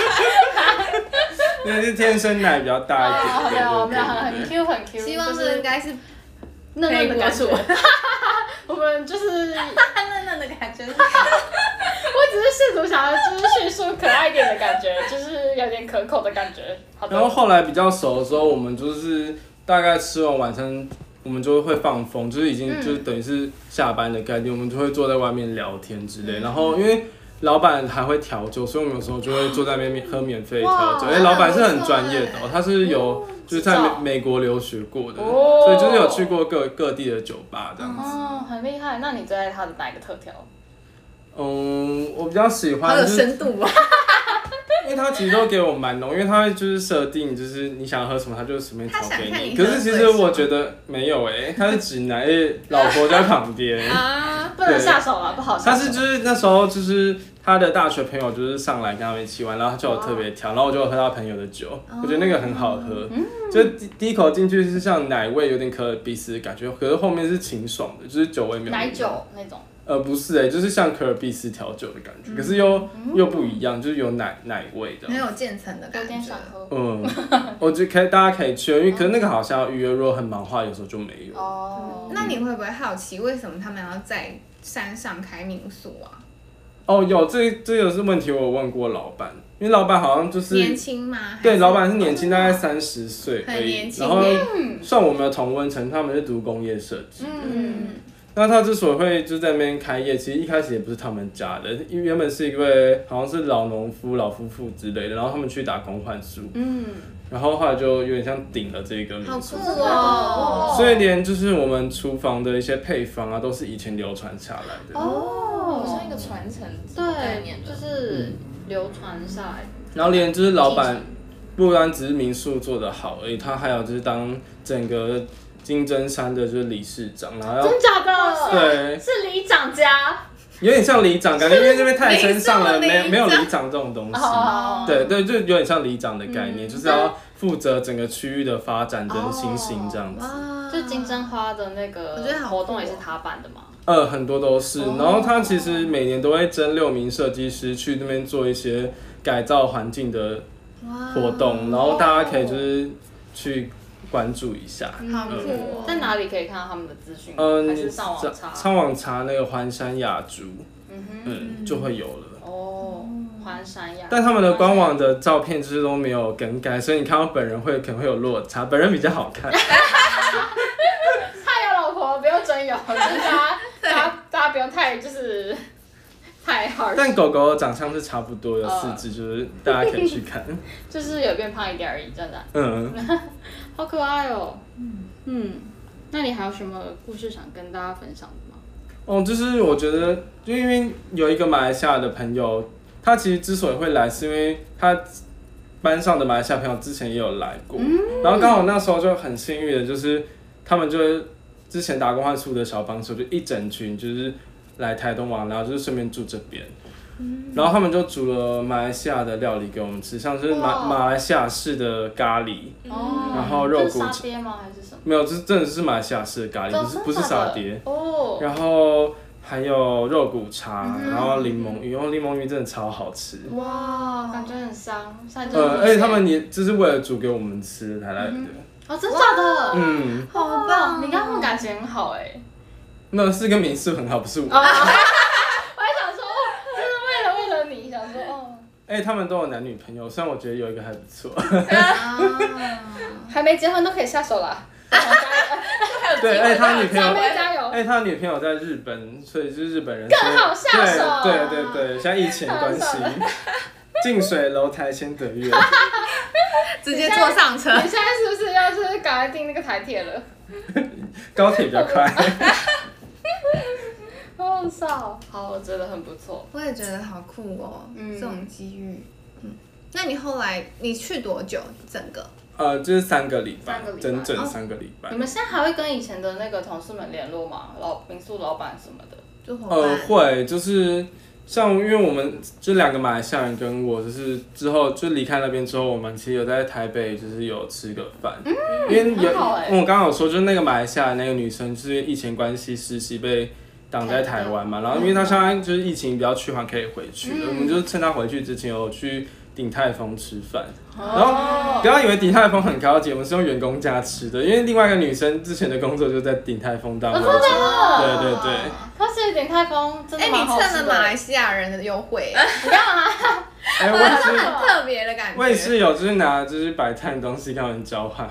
Speaker 3: 那是天生奶比较大一点。
Speaker 1: 哦，没有没有，
Speaker 3: 对
Speaker 1: 很
Speaker 3: 对对
Speaker 1: 很 Q 很 Q，
Speaker 2: 希望
Speaker 1: 就是
Speaker 2: 应该是
Speaker 1: 嫩嫩的感觉
Speaker 4: 可以
Speaker 1: 我
Speaker 4: 播。
Speaker 1: 们就是，我
Speaker 2: 嫩嫩的感觉。
Speaker 1: 只是试图想要就是叙述可爱一点的感觉，就是有点可口的感觉。好的
Speaker 3: 然后，后来比较熟的时候，我们就是大概吃完晚餐，我们就会放风，就是已经
Speaker 1: 嗯嗯
Speaker 3: 就是等于是下班的概念，我们就会坐在外面聊天之类。然后因为老板还会调酒，所以我们有时候就会坐在那边喝免费调
Speaker 2: 哇
Speaker 3: 酒。哎，老板是很专业的
Speaker 2: 不
Speaker 3: 哦，他是有就是在
Speaker 1: 知
Speaker 3: 美
Speaker 1: 道
Speaker 3: 美国留学过的，
Speaker 1: 哦
Speaker 3: 所以就是有去过各各地的酒吧这样子。
Speaker 1: 哦，很厉害。那你最爱他的哪一个特调？
Speaker 3: 嗯，我比较喜
Speaker 4: 好
Speaker 3: 欢
Speaker 4: 有
Speaker 3: 就是
Speaker 4: 深度
Speaker 1: (laughs)
Speaker 2: 哦
Speaker 4: 啊！
Speaker 3: 因为他其实都给我蛮浓，因为他就是设定就是你想喝什么，他就随便调给
Speaker 2: 他想看
Speaker 3: 你。
Speaker 2: 你
Speaker 3: 可
Speaker 2: 喝
Speaker 3: 是其实我觉得没有哎、他是直男，因为老婆在旁边。
Speaker 2: 啊，
Speaker 1: 不能下手啊，不好下
Speaker 3: 他
Speaker 1: 手。
Speaker 3: 是就是那时候就是他的大学朋友就是上来跟他们一起玩，然后他叫我特别
Speaker 2: 哦
Speaker 3: 挑，然后我就喝他朋友的酒，我觉得那个很好喝，
Speaker 2: 嗯
Speaker 3: 就第第一口进去是像奶味，有点可尔必斯的感觉，可是后面是清爽的，就是酒味没有那么
Speaker 1: 奶
Speaker 3: 浓
Speaker 1: 酒那种，
Speaker 3: 呃，不是哎、就是像可尔必斯调酒的感觉，可是又又不一样，就是有奶奶味的
Speaker 2: 嗯没。有渐层的
Speaker 1: 有
Speaker 2: 感
Speaker 1: 点
Speaker 2: 觉
Speaker 1: 想。喝。
Speaker 3: 嗯，我觉得可以，大家可以去，因为可是那个好像要预约，如果很忙的话，有时候就没有。
Speaker 1: 哦，
Speaker 2: 那你会不会好奇为什么他们要在山上开民宿啊？
Speaker 3: 哦，有这这个是问题，我有问过老板，因为老板好像就是
Speaker 2: 年轻吗？还
Speaker 3: 对，
Speaker 2: 是
Speaker 3: 老板是年轻，大概三十岁而
Speaker 2: 很
Speaker 3: 已
Speaker 2: 年。轻
Speaker 3: 然后算我们的同温层，他们是读工业设计。
Speaker 1: 嗯，
Speaker 3: 那他之所以会就在那边开业，其实一开始也不是他们家的，因为原本是一位好像是老农夫、老夫妇之类的，然后他们去打工换宿，
Speaker 1: 嗯，
Speaker 3: 然后后来就有点像顶了这个
Speaker 2: 嗯好
Speaker 3: 民宿
Speaker 2: 酷。哦！
Speaker 3: 所以连就是我们厨房的一些配方啊，都是以前流传下来的。
Speaker 4: 好
Speaker 1: 哦，
Speaker 4: 像一个传承的概念
Speaker 1: 对，
Speaker 4: 了
Speaker 1: 就是流传下来的。
Speaker 3: 然后连就是嗯老
Speaker 1: 继
Speaker 3: 板，不单只是民宿做得好而已，他还有就是当整个金针山的就是理事长，然后要
Speaker 1: 真假的？
Speaker 3: 对，
Speaker 1: 是里长家。
Speaker 3: 有点像里长，感觉因为这边太深上了，
Speaker 2: 没这么
Speaker 3: 没
Speaker 2: 里长
Speaker 3: 没有里长这种东西。
Speaker 1: 哦，嗯
Speaker 3: 对对，就有点像里长的概念，就是要负责整个区域的发展
Speaker 1: 哦
Speaker 3: 跟新兴这样子。
Speaker 2: 哇
Speaker 1: 嗯就金针花的那个，
Speaker 2: 我觉得好酷哦
Speaker 1: 活动也是他办的嘛。
Speaker 3: 呃，很多都是。
Speaker 1: 哦
Speaker 3: 然后他其实每年都会征六名设计师去那边做一些改造环境的活动，然后大家可以就是去关注一下。
Speaker 2: 好酷
Speaker 1: 嗯
Speaker 2: 哦！
Speaker 1: 在哪里可以看到他们的资讯？
Speaker 3: 嗯，
Speaker 1: 还
Speaker 3: 你
Speaker 1: 是上网查？
Speaker 3: 上网查那个环山雅竹，
Speaker 1: 嗯哼，
Speaker 3: 嗯，就会有了。
Speaker 1: 哦，环山呀。
Speaker 3: 但他们的官网的照片就是都没有更改，所以你看到本人会可能会有落差，本人比较
Speaker 1: (laughs)
Speaker 3: 好看。
Speaker 1: 太有老婆，不用
Speaker 3: (laughs)
Speaker 1: 真有，就是大家大家大家不用太就是太 hard，
Speaker 3: 但狗狗的长相是差不多的四肢，就是大家可以去看。
Speaker 1: 就是有变胖一点而已，真的，
Speaker 3: 嗯，
Speaker 1: 好可爱哦。嗯，那你还有什么故事想跟大家分享的吗？
Speaker 3: 哦，就是我觉得，就因为有一个马来西亚的朋友，他其实之所以会来，是因为他班上的马来西亚朋友之前也有来过，
Speaker 1: 嗯
Speaker 3: 然后刚好那时候就很幸运的，就是他们就是之前打工换宿的小帮手，就一整群就是来台东玩，然后就是顺便住这边。
Speaker 1: 嗯
Speaker 3: 然后他们就煮了马来西亚的料理给我们吃，像是马
Speaker 1: 哇
Speaker 3: 马来西亚式的咖喱，
Speaker 1: 哦
Speaker 3: 然后肉骨
Speaker 1: 这是沙爹吗？还是什么？
Speaker 3: 没有，这真的是马来西亚式的咖喱，不是不是沙
Speaker 1: 真的
Speaker 3: 爹。
Speaker 1: 哦，
Speaker 3: 然后还有肉骨茶，
Speaker 1: 嗯
Speaker 3: 然后柠檬鱼，哦，柠檬鱼真的超好吃。
Speaker 1: 哇，感觉很香，现在就
Speaker 3: 呃，
Speaker 1: 嗯是
Speaker 3: 而且他们也就是为了煮给我们吃才来的。
Speaker 1: 哦，真的假的？
Speaker 3: 嗯，
Speaker 1: 好棒！你跟他们感情很好哎。
Speaker 3: 那是跟民宿很好，不是我。
Speaker 1: 哦我 (laughs) 还想说，就是为了为了你，想说哦，
Speaker 3: 哎、他们都有男女朋友，虽然我觉得有一个还不
Speaker 1: (laughs)
Speaker 3: 错。
Speaker 1: 啊还没结婚都可以下手啦。
Speaker 3: 对，哎、他女朋友
Speaker 1: 张，妹加油！
Speaker 3: 哎、他女朋友在日本，所以就是日本人更
Speaker 1: 好下手
Speaker 3: 对对对对，像疫情关系，近水楼台先得
Speaker 1: (laughs)
Speaker 3: 月。
Speaker 2: 直接坐上车，
Speaker 1: 你现在是不是要就是赶快订那个台铁了？
Speaker 3: 高铁比较快。
Speaker 1: 哦，少好，我觉得很不错。
Speaker 2: 我也觉得好酷哦，
Speaker 1: 嗯
Speaker 2: 这种机遇。嗯，那你后来你去多久？整个
Speaker 3: 呃，就是三个礼拜
Speaker 1: 三个礼，拜
Speaker 3: 整整
Speaker 2: 哦
Speaker 3: 三个礼拜
Speaker 1: 你。们现在还会跟以前的那个同事们联络吗？老民宿老板什么的？
Speaker 2: 就伙
Speaker 3: 呃，
Speaker 2: 伴
Speaker 3: 会就是像，因为我们就两个马来西亚人跟我，就是之后就离开那边之后，我们其实有在台北就是有吃个饭，因为有、
Speaker 1: 嗯很好欸
Speaker 3: 因为我刚刚有说，就是那个马来西亚那个女生，就是疫情关系实习被。挡在台湾
Speaker 1: 嗯
Speaker 3: 嘛，然后因为她现在就是疫情比较趋缓，可以回去了。我们就趁她回去之前，有去鼎泰丰吃饭。
Speaker 1: 哦
Speaker 3: 然后不要以为鼎泰丰很高级，我们是用员工价吃的，因为另外一个女生之前的工作就在鼎泰丰当
Speaker 1: 我
Speaker 3: 位
Speaker 1: 知
Speaker 3: 置。
Speaker 1: 道
Speaker 3: 对对对。
Speaker 1: 可是有点太疯，真的
Speaker 2: 哎、你
Speaker 1: 蛮好
Speaker 2: 趁
Speaker 1: 吃
Speaker 2: 了马
Speaker 1: 的。
Speaker 2: 来西亚人的优惠，
Speaker 1: 你干嘛？
Speaker 3: 哎、我
Speaker 2: 哇
Speaker 3: 也
Speaker 2: 这
Speaker 3: 是，
Speaker 2: 很特别哎的感觉。
Speaker 3: 我也是有，就是拿就是摆摊的东西跟人
Speaker 1: (laughs)
Speaker 3: 交换。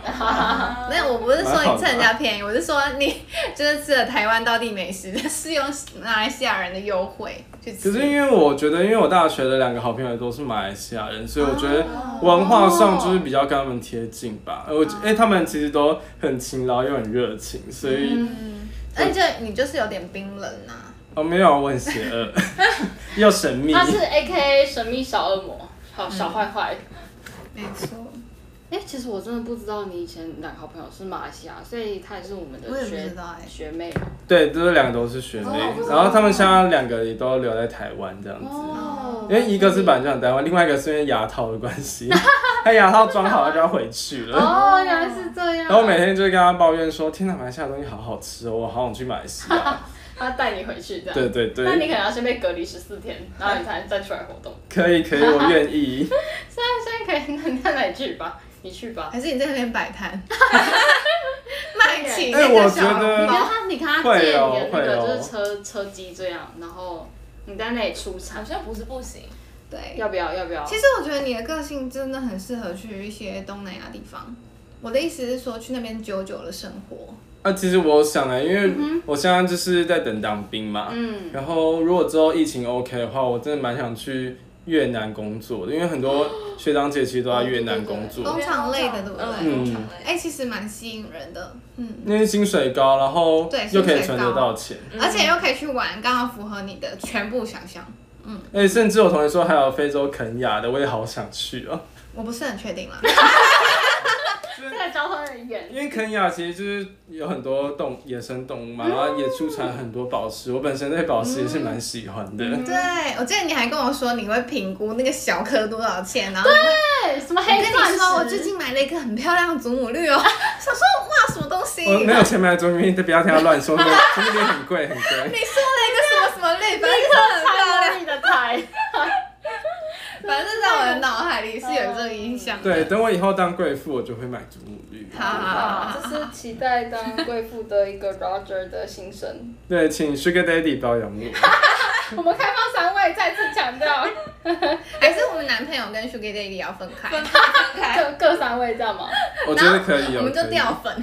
Speaker 2: 没有，我不是说你趁人家便宜，我是说你就是吃了台湾当地美食，是用马来西亚人的优惠去
Speaker 3: 可
Speaker 2: 吃。
Speaker 3: 是因为我觉得，因为我大学的两个好朋友都是马来西亚人，所以我觉得
Speaker 2: 哦
Speaker 3: 文化上就是比较跟他们贴近吧。
Speaker 1: 哦
Speaker 3: 呃我觉，哎、他们其实都很勤劳又很热情，所以、
Speaker 2: 嗯，而且你就是有点冰冷呐、啊。
Speaker 3: 哦没有，我很
Speaker 1: (laughs)
Speaker 3: 邪恶又神秘。
Speaker 1: 他是 A K A 神秘小恶魔，好小坏坏。
Speaker 2: 嗯没错，
Speaker 1: 哎、其实我真的不知道你以前两个好朋友是马来西亚，所以他也是我们的
Speaker 2: 我也不
Speaker 1: 学
Speaker 2: 知道哎
Speaker 1: 学妹。
Speaker 3: 对，就是两个都是学妹，
Speaker 1: 哦我知道
Speaker 3: 然后他们现在两个也都留在台湾这样子。
Speaker 1: 哦，
Speaker 3: 因为哎一个是板长台湾，另外一个是因为牙套的关系， (laughs) 他牙套装好他就要回去了。
Speaker 1: 哦，原来是这样。
Speaker 3: 然
Speaker 2: 嗯
Speaker 3: 后每天就跟他抱怨说：“天哪，马来西亚的东西好好吃哦，我好想去马来
Speaker 2: (laughs)
Speaker 3: 西亚。
Speaker 1: 他带你回去这”样。
Speaker 3: 对对对，
Speaker 1: 那你可能要先被隔离十四天，然后你才能再出来活动。
Speaker 3: 可以可以，我
Speaker 2: (laughs)
Speaker 3: 愿意。
Speaker 1: 现在可以，那你看哪里去吧，你去吧。
Speaker 2: 还是你在那边摆 (laughs) 摊，卖起
Speaker 3: 哎
Speaker 2: 那
Speaker 3: 我
Speaker 2: 个
Speaker 3: 觉
Speaker 2: 小
Speaker 3: 得
Speaker 1: 你跟
Speaker 2: 笼包。
Speaker 1: 他，你看他
Speaker 3: 会
Speaker 1: 借你
Speaker 3: 哦
Speaker 1: 的那
Speaker 3: 会
Speaker 1: 个
Speaker 3: 哦
Speaker 1: 就是车、车机这样，然后你在那里出
Speaker 4: 好
Speaker 1: 差，
Speaker 4: 像不是不行，
Speaker 2: 对，
Speaker 1: 要不要？要不要？
Speaker 2: 其实我觉得你的个性真的很适合去一些东南亚地方。我的意思是说，去那边久久的生活。
Speaker 3: 啊，其实我想了，因为
Speaker 2: 嗯
Speaker 3: 我现在就是在等当兵嘛，
Speaker 1: 嗯
Speaker 3: 然后如果之后疫情 OK 的话，我真的蛮想去越南工作的，因为很多学长姐其实都在越南工作，
Speaker 2: 工厂类的哦对不对
Speaker 4: 嗯，工厂类
Speaker 2: 哎、其实蛮吸引人的，嗯，
Speaker 3: 因为薪水高，然后
Speaker 2: 对
Speaker 3: 又可以
Speaker 2: 薪水
Speaker 3: 存
Speaker 2: 高
Speaker 3: 得到钱。
Speaker 1: 嗯
Speaker 2: 而且又可以去玩，刚好符合你的全部想象。
Speaker 3: 哎，甚至我同学说还有非洲肯雅的，我也好想去哦。
Speaker 2: 我不是很确定
Speaker 1: (laughs)
Speaker 2: 啦，
Speaker 1: 现在交通人员
Speaker 3: 因为肯亚其实就是有很多动野生动物嘛，然后也出产很多宝石，我本身对宝石也是蛮喜欢的。
Speaker 2: 对我记得你还跟我说你会评估那个小颗多少钱，然后
Speaker 1: 对什么
Speaker 2: 你会
Speaker 1: 黑
Speaker 2: 我跟
Speaker 1: 钻
Speaker 2: 你说我
Speaker 1: 石？
Speaker 2: 最近买了一个很漂亮的祖母绿哦， (laughs) 想说哇什么东西，
Speaker 3: 我哦没有钱买桌面，不要听他乱说，桌面很贵很贵。
Speaker 2: (laughs) 你说了一个什么什么绿，反正就是很漂亮，
Speaker 1: 猜你的猜， (laughs)
Speaker 2: 反正在我的脑海里是有这个印象的。
Speaker 3: 对，等我以后当贵妇，我就会买祖母绿。
Speaker 2: 好好好好，
Speaker 1: 啊是期待当贵妇的一个 Roger 的心声。
Speaker 3: 对，请 Sugar Daddy 包
Speaker 2: (laughs)
Speaker 3: 养
Speaker 1: (laughs) 我
Speaker 3: 我。
Speaker 1: 们开放三位，再次强 (laughs) 调，
Speaker 2: 还是我们男朋友跟 Sugar Daddy 要分开，
Speaker 4: 分开分开，
Speaker 1: 各各三位，知道吗？
Speaker 3: 我觉得可以哦、
Speaker 2: 我们就
Speaker 3: 可以
Speaker 2: 掉粉。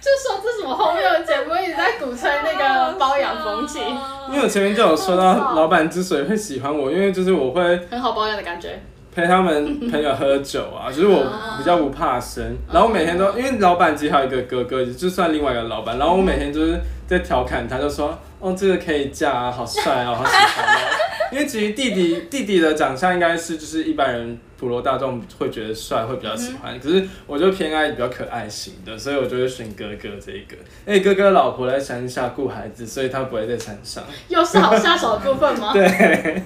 Speaker 1: 就说这是我后面的节目一直在鼓吹那个包养风气，
Speaker 3: 因为我前面就有说到，老板之所以会喜欢我，因为就是我会
Speaker 1: (laughs) 很好保养的感觉。
Speaker 3: 陪他们朋友喝酒啊，就是我比较不怕生，然后我每天都因为老板其实还有一个哥哥，就算另外一个老板，然后我每天就是在调侃他，就说哦这个可以嫁啊，好帅哦，好喜欢哦。因为其实弟弟弟弟的长相应该是就是一般人普罗大众会觉得帅会比较喜欢，可是我就偏爱比较可爱型的，所以我就会选哥哥这一个。因为哥哥老婆在山下顾孩子，所以他不会在山上。
Speaker 1: 又是好下手的部分吗？对。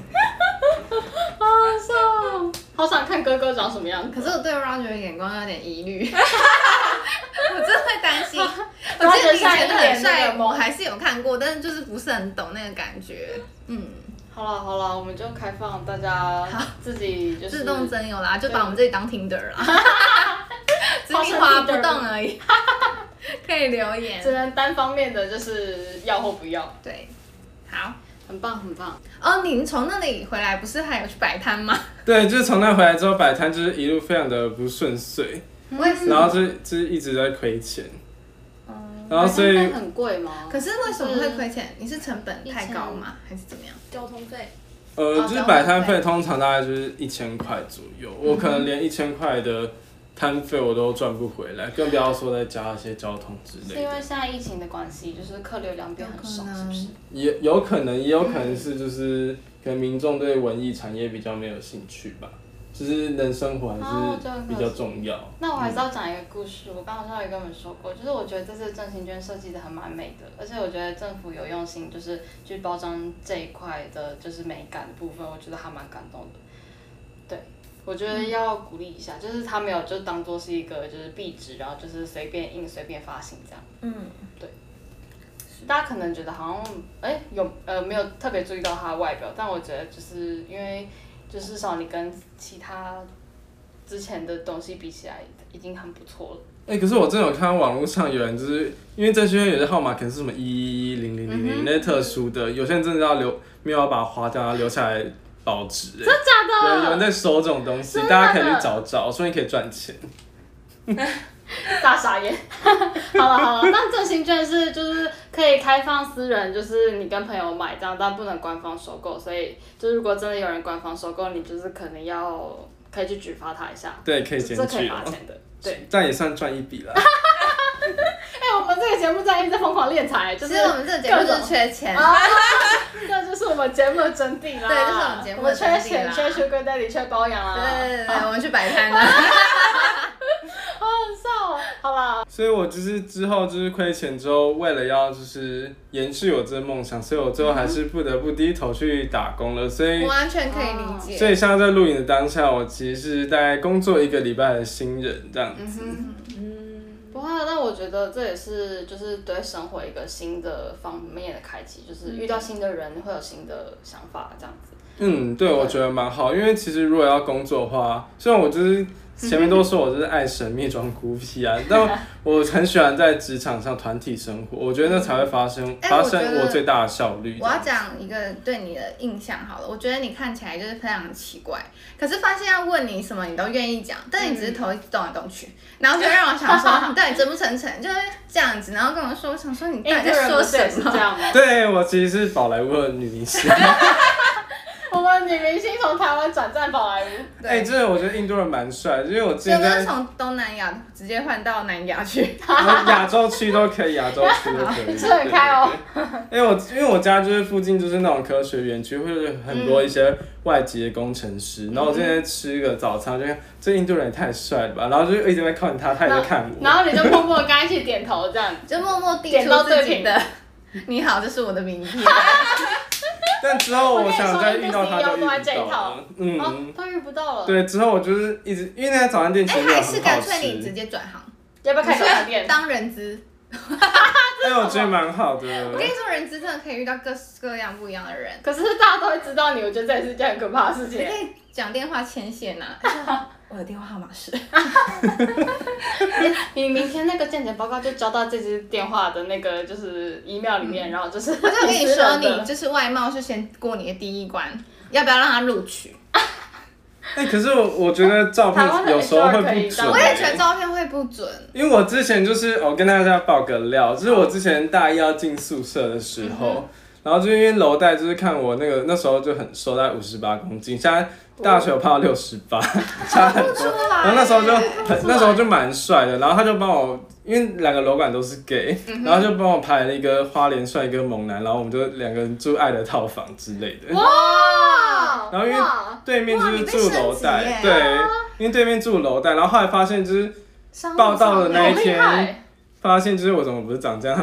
Speaker 1: 好笑，好想看哥哥长什么样
Speaker 2: 可
Speaker 1: 子。
Speaker 2: 是我对 Roger 的眼光有点疑虑，
Speaker 1: (laughs)
Speaker 2: 我真的会担心。我记
Speaker 1: Roger
Speaker 2: 得以前的
Speaker 1: 像
Speaker 2: 很
Speaker 1: 一
Speaker 2: 帅，
Speaker 1: 脸那个
Speaker 2: 我还是有看过，但是就是不是很懂那个感觉。嗯，
Speaker 1: 好了好了，我们就开放大家自己就是
Speaker 2: 自动真有啦，就把我们这里当 Tinder 啦，
Speaker 1: (laughs)
Speaker 2: 只
Speaker 1: 好
Speaker 2: 是你
Speaker 1: 像
Speaker 2: 滑
Speaker 1: Tinder
Speaker 2: 不动而已。 (laughs) 可以留言
Speaker 1: 只，能单方面的就是要或不要，
Speaker 2: 对，好。
Speaker 1: 很棒很棒。
Speaker 2: 哦，你从那里回来不是还有去摆摊吗？
Speaker 3: 对，就是从那回来之后摆摊，就是一路非常的不顺遂。
Speaker 1: 嗯
Speaker 2: 我也是。
Speaker 3: 然后就就是一直在亏钱，
Speaker 1: 哦
Speaker 2: 嗯
Speaker 3: 然后所以
Speaker 1: 买单费很贵吗？
Speaker 2: 可是为什么会亏钱？你是成本太高吗？还是怎么样？
Speaker 4: 交通费，
Speaker 1: 哦
Speaker 3: 呃，就是摆摊费通常大概就是一千块左右，我可
Speaker 1: 嗯
Speaker 3: 能连一千块的摊费我都赚不回来，更不要说再加一些交通之
Speaker 1: 是
Speaker 3: 类
Speaker 1: 因
Speaker 3: 的。
Speaker 1: 为现在疫情的关系，就是客流量变很少
Speaker 2: 有，可
Speaker 1: 是
Speaker 2: 能
Speaker 1: 不是？
Speaker 3: 也有可能，也有可能是就是可能民众对文艺产业比较没有兴趣吧，就是能生活还
Speaker 1: 哦这
Speaker 3: 是
Speaker 1: 样
Speaker 3: 比较重要。
Speaker 1: 那我还是要讲一个故事，我刚好像有跟你们说过，就是我觉得这次振兴券设计的很蛮美的，而且我觉得政府有用心，就是去包装这一块的，就是美感的部分，我觉得还蛮感动的。对，我觉得要鼓励一下，就是他没有就当做是一个就是壁纸，然后就是随便印、随便发行这样。
Speaker 2: 嗯，
Speaker 1: 大家可能觉得好像哎、有呃没有特别注意到他的外表，但我觉得就是因为就是至少你跟其他之前的东西比起来，已经很不错了。
Speaker 3: 哎、可是我真的有看到网络上有人，就是因为证券有些号码可能是什
Speaker 1: 嗯
Speaker 3: 么一一一零零零零那些特殊的，有些人真的要留，没有要把它花掉，要留下来保值、欸，
Speaker 1: 真的假
Speaker 3: 有
Speaker 1: 的？
Speaker 3: 有人在收这种东西
Speaker 1: 真，的
Speaker 3: 大家可以去找找，说你可以赚钱。
Speaker 1: 大傻眼。 (laughs) 好了好了，但振兴券是就是可以开放私人，就是你跟朋友买这样，但不能官方收购。所以就是如果真的有人官方收购，你就是可能要可以去举发他一下，
Speaker 3: 对，可以
Speaker 1: 这
Speaker 3: 检
Speaker 1: 可以
Speaker 3: 举
Speaker 1: 罚
Speaker 3: 哦，
Speaker 1: 钱的。对，
Speaker 3: 但也算赚一笔了。
Speaker 1: 哎、我们这个节目在一直在疯狂敛财，就
Speaker 2: 其
Speaker 1: 是
Speaker 2: 实我们这个节目
Speaker 1: 各
Speaker 2: 就
Speaker 1: 种
Speaker 2: 是缺钱，
Speaker 1: 啊， (laughs) 这就是我们节目的真谛啦。
Speaker 2: 对这是我们节目
Speaker 1: 我
Speaker 2: 的
Speaker 1: 们
Speaker 2: 真谛啦
Speaker 1: 缺钱，缺 Sugar Daddy，缺包养啊。
Speaker 2: 对对对对，我们去摆摊啊了。
Speaker 1: 哦，很少。好啦，
Speaker 3: 所以我就是之后就是亏钱之后，为了要就是延续我这个梦想，所以我最后还是不得不低头去打工了。所以
Speaker 2: 我，完全可以理
Speaker 3: 所
Speaker 2: 解。
Speaker 3: 以像在录影的当下，我其实是大概工作一个礼拜的新人这
Speaker 1: 嗯
Speaker 3: 样子。
Speaker 4: 嗯
Speaker 1: 不会啊，但我觉得这也是就是对生活一个新的方面的开启，就是遇到新的人会有新的想法，这样子。
Speaker 3: 嗯，对，我觉得蛮好，因为其实如果要工作的话，虽然
Speaker 2: (laughs)
Speaker 3: 我就是前面都说我就是爱神秘装孤僻啊，
Speaker 2: (laughs)
Speaker 3: 但我很喜欢在职场上团体生活，我觉得那才会发生
Speaker 2: 哎
Speaker 3: 发
Speaker 2: 我觉
Speaker 3: 生
Speaker 2: 得
Speaker 3: 我最大的效率。
Speaker 2: 我要讲一个对你的印象好了，我觉得你看起来就是非常奇怪，可是发现要问你什么你都愿意讲，但你只是头一直动来动去，然后就让我想说你到底真不成成，就是这样子，然后跟我说，我想说你到底
Speaker 1: 哎
Speaker 2: 在
Speaker 1: 你个
Speaker 2: 说
Speaker 1: 人不是也
Speaker 2: 什
Speaker 1: 是
Speaker 2: 么
Speaker 1: 这？样吗？
Speaker 3: 对我其实是宝莱坞的女明星。
Speaker 1: (laughs) 我们女明星从台湾转战宝莱坞， (laughs)
Speaker 3: 哎、真的，我觉得印度人蛮帅，因为我之
Speaker 2: 所以
Speaker 3: 前
Speaker 2: 我就
Speaker 3: 在
Speaker 2: 从东南亚直接换到南亚去。
Speaker 3: 我亚洲区都可以，亚洲区都可
Speaker 2: (laughs)
Speaker 3: 以，
Speaker 1: 吃得很开哦
Speaker 3: 对。对对因为哎我因为我家就是附近就是那种科学园区，会有很
Speaker 1: 嗯
Speaker 3: 多一些外籍的工程师。然后我今天吃个早餐，就看这印度人也太帅了吧，然后就一直在看他，他也在看我。
Speaker 1: 然后你就默默跟他一起点头这样。
Speaker 2: 就默默递
Speaker 1: 点
Speaker 2: 出
Speaker 1: 到
Speaker 2: 自
Speaker 1: 对
Speaker 2: 己
Speaker 1: 品
Speaker 2: 的。 (laughs) 你好，这是我的名片。
Speaker 3: 但之后
Speaker 1: 我
Speaker 3: 我
Speaker 1: 跟你说
Speaker 3: 想再遇到他
Speaker 1: 印度 CEO 都
Speaker 3: 就遇不
Speaker 1: 在这一
Speaker 3: 到
Speaker 1: 套
Speaker 3: 了。
Speaker 1: 哦
Speaker 3: 嗯，，
Speaker 1: 都遇不到了。
Speaker 3: 对，之后我就是一直因为那家早餐店其
Speaker 2: 哎、
Speaker 3: 实没有
Speaker 2: 还是
Speaker 3: 很好
Speaker 2: 干
Speaker 3: 吃，
Speaker 2: 脆你直接转行，
Speaker 1: 要不要开早餐 (laughs)
Speaker 2: 你
Speaker 1: 店
Speaker 2: 说？当人资。
Speaker 3: 哎、我觉得蛮好的。
Speaker 2: 我跟你说，人资真的可以遇到各式各样不一样的人。
Speaker 1: 可是大家都会知道你，我觉得这也是一件很可怕的事
Speaker 2: 你
Speaker 1: 情
Speaker 2: 可。以讲电话牵线呐、 (laughs) 我的电话号码是。
Speaker 1: 哎你明天那个健检报告就交到这支电话的那个就是 email 里面，然后嗯就是
Speaker 2: 我就跟你说，
Speaker 1: 私人
Speaker 2: (laughs) 你
Speaker 1: 的
Speaker 2: 就是外貌是先过你的第一关，要不要让他录取？
Speaker 3: 哎、可是我我觉得照片
Speaker 1: 台湾的
Speaker 3: 有时候
Speaker 1: HR
Speaker 3: 会
Speaker 1: 可以
Speaker 3: 不准、
Speaker 1: 当
Speaker 2: 我也觉
Speaker 3: 哎
Speaker 2: 得照片会不准。
Speaker 3: 因为我之前就是我跟大家爆个料，就是我之前大一要进宿舍的时
Speaker 2: 嗯
Speaker 3: 候，然后就因为楼带就是看我那个那时候就很瘦，大概五十八公斤，现在大学我胖到六十八，
Speaker 2: 哦
Speaker 3: 差很多。然后那时候就
Speaker 2: 哎
Speaker 3: 很那时候就蛮帅的，然后他就帮我，因为两个楼管都是 gay，、然
Speaker 2: 嗯
Speaker 3: 后就帮我拍了一个花莲帅哥猛男，然后我们就两个人住爱的套房之类的。
Speaker 1: 哦哇，
Speaker 3: 然后因为
Speaker 1: 哇
Speaker 3: 对面就
Speaker 2: 哇
Speaker 3: 是
Speaker 2: 你被
Speaker 3: 住楼
Speaker 2: 升级耶啊
Speaker 3: 带，对，因为对面住楼带，然后后来发现就是
Speaker 2: 商务
Speaker 3: 报道的那一
Speaker 1: 好厉
Speaker 3: 天
Speaker 1: 害
Speaker 3: 发现就是我怎么不是长这样，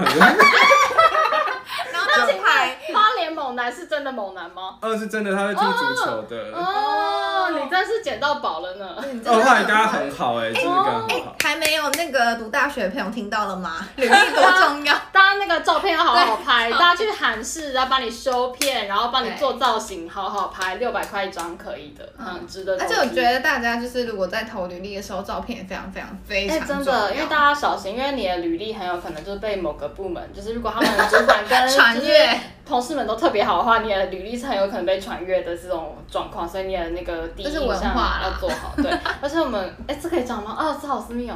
Speaker 2: 然后他去拍，
Speaker 1: 花莲猛男是真的猛男吗？
Speaker 3: 哦二是真的他会踢足球的，哦，
Speaker 1: 哦，你真是捡到宝了呢。
Speaker 2: 你真
Speaker 3: 后
Speaker 2: 的
Speaker 3: 来
Speaker 2: 很
Speaker 3: 跟他
Speaker 2: 好
Speaker 3: 很好哎、
Speaker 1: 哦
Speaker 3: 就是跟他很好。
Speaker 2: 还没有那个读大学的朋友听到了吗？ (laughs) 履历多重要。
Speaker 1: 大家那个照片要好好拍，大家去韩式，然后帮你修片，然后帮你
Speaker 2: 对
Speaker 1: 做造型，好好拍，六百块一张可以的，嗯，值得投
Speaker 2: 而
Speaker 1: 资。
Speaker 2: 且我觉得大家就是如果在投履历的时候，照片也非常非常非
Speaker 1: 哎、
Speaker 2: 常
Speaker 1: 真
Speaker 2: 重要
Speaker 1: 的，因为大家小心，因为你的履历很有可能就是被某个部门，就是如果他们的主管跟
Speaker 2: (laughs) 传
Speaker 1: 就是
Speaker 2: 阅
Speaker 1: 同事们都特别好的话，你的履历是很有可能被传阅的这种状况，所以你的那个第一印
Speaker 2: 这是文
Speaker 1: 象
Speaker 2: 化啦
Speaker 1: 要做好。对，而且我们哎、这可以讲吗？啊，这好私密哦。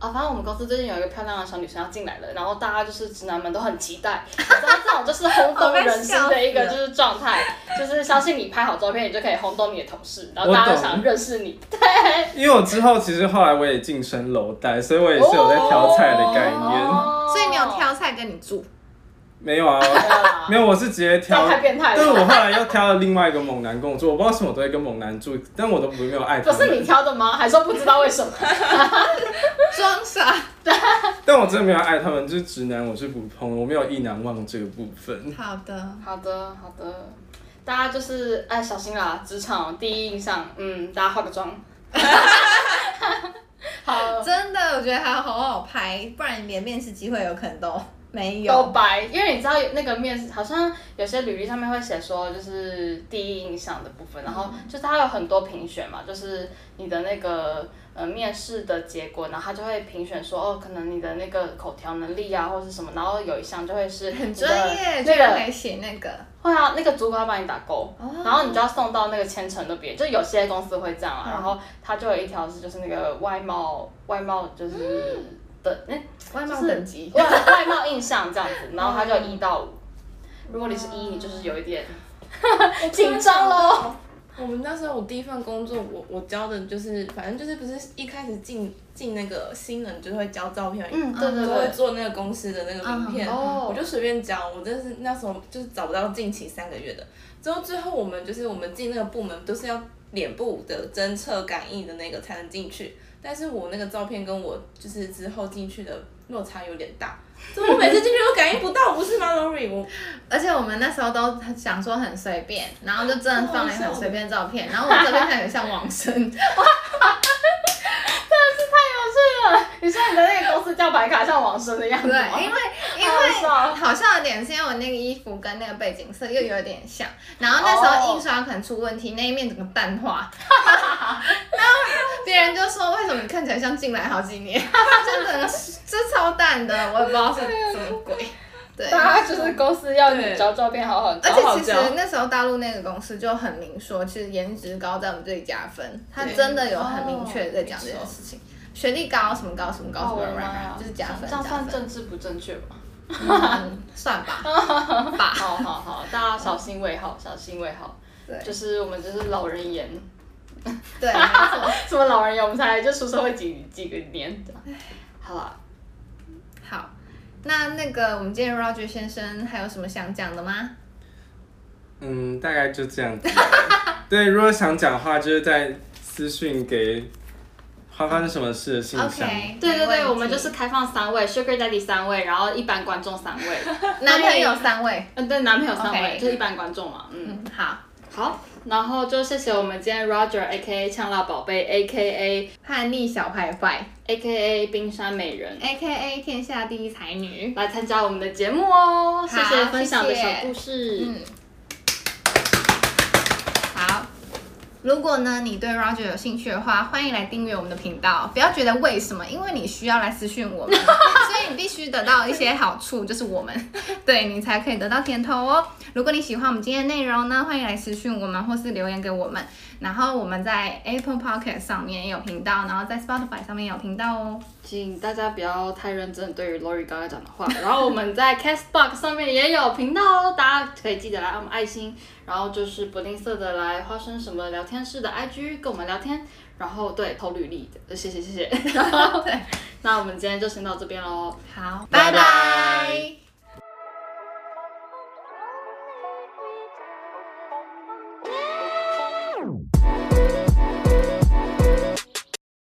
Speaker 1: 啊，反正我们公司最近有一个漂亮的小女生要进来了，然后大家就是直男们都很期待，你知道这种就是轰
Speaker 2: (laughs) 我
Speaker 1: 动
Speaker 2: 被
Speaker 1: 人心
Speaker 2: 笑
Speaker 1: 的一个
Speaker 2: 死了
Speaker 1: 就是状态，就是相信你拍好照片，你就可以轰动你的同事，然后
Speaker 3: 我
Speaker 1: 大家就
Speaker 3: 懂
Speaker 1: 想认识你。
Speaker 3: 因为我之后其实后来我也晋升楼带，所以我也是有在挑菜的概念。
Speaker 1: 哦
Speaker 2: 所以你有挑菜跟你住，
Speaker 3: 没有啊，
Speaker 1: (laughs) 啊
Speaker 3: 没有，我是直接挑
Speaker 1: 这样。太变态
Speaker 3: 但是我
Speaker 1: 了。
Speaker 3: 后来又挑了另外一个猛男跟我住，我不知道为什么我都会跟猛男住，但我都不没有爱他
Speaker 1: 不
Speaker 3: 们。
Speaker 1: 是你挑的吗？还说不知道为什么？
Speaker 2: 装傻。 (laughs)
Speaker 3: 但我真的没有爱他们，就是直男我是不碰，我没有意难忘这个部分。
Speaker 2: 好的，
Speaker 1: 好的，好的，大家就是哎小心啦，职场第一印象，嗯，大家化个 (laughs) 妆。好，
Speaker 2: 真的，我觉得还好好拍，不然你连面试机会有可能都没
Speaker 1: 都
Speaker 2: 有，
Speaker 1: 白，因为你知道那个面试，好像有些履历上面会写说就是第一印象的部分，然后
Speaker 2: 嗯
Speaker 1: 就是它有很多评选嘛，就是你的那个呃面试的结果，然后它就会评选说哦，可能你的那个口条能力啊，或是什么，然后有一项就会是
Speaker 2: 很
Speaker 1: 你的
Speaker 2: 专业，居
Speaker 1: 那
Speaker 2: 然
Speaker 1: 个
Speaker 2: 可以写那个。
Speaker 1: 会啊，那个主管帮你打勾，
Speaker 2: 哦
Speaker 1: 然后你就要送到那个千层那边，就有些公司会这样
Speaker 2: 嗯
Speaker 1: 啊，然后它就有一条是就是那个外貌外貌就是的，哎、
Speaker 2: 外
Speaker 1: 貌
Speaker 2: 貌
Speaker 1: 等
Speaker 2: 等级，
Speaker 1: 外外貌印象这样子，然后它就有一到五，如果你是一，你就是有一点紧张喽。
Speaker 4: 我们那时候我第一份工作，我我教的就是，反正就是不是一开始进进那个新人就会教照片，
Speaker 1: 嗯，对对
Speaker 4: 都会
Speaker 1: 对，
Speaker 4: 做那个公司的那个名片，
Speaker 2: 嗯
Speaker 1: 哦
Speaker 4: 我就随便教，我真是那时候就是找不到近期三个月的，之后最后我们就是我们进那个部门都是要脸部的侦测感应的那个才能进去，但是我那个照片跟我就是之后进去的落差有点大，怎么我每次进去都感应不到，不是吗，Lori？我
Speaker 2: 而且我们那时候都想说很随便，然后就真的放了很随便的照片，然后我这边看起来像王生， (laughs)
Speaker 1: 你说你的那个公司叫白卡像王生的样子吗，
Speaker 2: 对，因为因
Speaker 1: 好
Speaker 2: 为
Speaker 1: 爽
Speaker 2: 好笑的点是因为我那个衣服跟那个背景色又有点像，然后那时候印刷可能出问题，那一面整个淡化， (laughs) 然后别人就说为什么你看起来像进来好几年， (laughs) 就整个这超淡的，我也不知道是什么鬼，对。
Speaker 1: 大家就是公司要你交照片好好
Speaker 2: 而
Speaker 1: 交，好
Speaker 2: 且
Speaker 1: 好
Speaker 2: 其实
Speaker 1: 交。
Speaker 2: 那时候大陆那个公司就很明说，其实颜值高在我们这里加分，他
Speaker 4: 对
Speaker 2: 真的有很明确地在讲这件事情。学历高什么高什么高什
Speaker 1: 哦
Speaker 2: 么
Speaker 1: 我的
Speaker 2: 软
Speaker 1: 妈
Speaker 2: 软
Speaker 1: 呀，
Speaker 2: 就是加分
Speaker 1: 这
Speaker 2: 加
Speaker 1: 样算
Speaker 2: 分，
Speaker 1: 政治不正确吗？
Speaker 2: 嗯 (laughs) 算吧
Speaker 1: (laughs)
Speaker 2: 吧，
Speaker 1: 好好好，大家小心为好，小心为好。
Speaker 2: 对
Speaker 1: 就是我们就是老人言，
Speaker 2: 对，没错。
Speaker 1: 什么老人言，我们才就出社会几几个年这样。好啦，
Speaker 2: 好，那那个我们今天 Roger 先生还有什么想讲的吗？
Speaker 3: 嗯，大概就这样
Speaker 1: (laughs)
Speaker 3: 子。对，如果想讲的话，就是在私讯给花发生什么事的信箱。
Speaker 2: OK，
Speaker 1: 对对
Speaker 2: 没问
Speaker 1: 对，
Speaker 2: 题
Speaker 1: 我们就是开放三位，Sugar Daddy 三位，然后一般观众三
Speaker 2: (laughs)
Speaker 1: 位，
Speaker 2: 男朋友三位。
Speaker 1: 嗯，对，男朋友三位
Speaker 2: OK
Speaker 1: 就是一般观众嘛，嗯，
Speaker 2: 嗯，好，
Speaker 1: 好，然后就谢谢我们今天 Roger A K A 呛辣宝贝 A K A
Speaker 2: 叛逆小坏坏
Speaker 1: A K A 冰山美人
Speaker 2: ，A K A 天下第一才女。
Speaker 1: 来参加我们的节目哦，谢谢
Speaker 2: 好
Speaker 1: 分享的
Speaker 2: 谢
Speaker 1: 小
Speaker 2: 谢
Speaker 1: 故事，
Speaker 2: 嗯，好。如果呢，你对 Roger 有兴趣的话，欢迎来订阅我们的频道。不要觉得为什么，因为你需要来私讯我 (laughs) 们，所以你必须得到一些好处，就是我 (laughs) 们对你才可以得到甜头哦。如果你喜欢我们今天的内容呢，欢迎来私讯我们或是留言给我们。然后我们在 Apple Podcast 上面也有频道，然后在 Spotify 上面也有频道哦。
Speaker 1: 请大家不要太认真对于 Lori 刚刚讲的话。然后我们在 (laughs) Castbox 上面也有频道哦，大家可以记得来按我们爱心，然后就是不吝啬的来花生什么聊天室的 IG 跟我们聊天，然后对投履历的，呃谢谢谢谢。 (laughs) 然后对，那我们今天就先到这边喽。
Speaker 2: 好，
Speaker 3: 拜拜
Speaker 2: 拜拜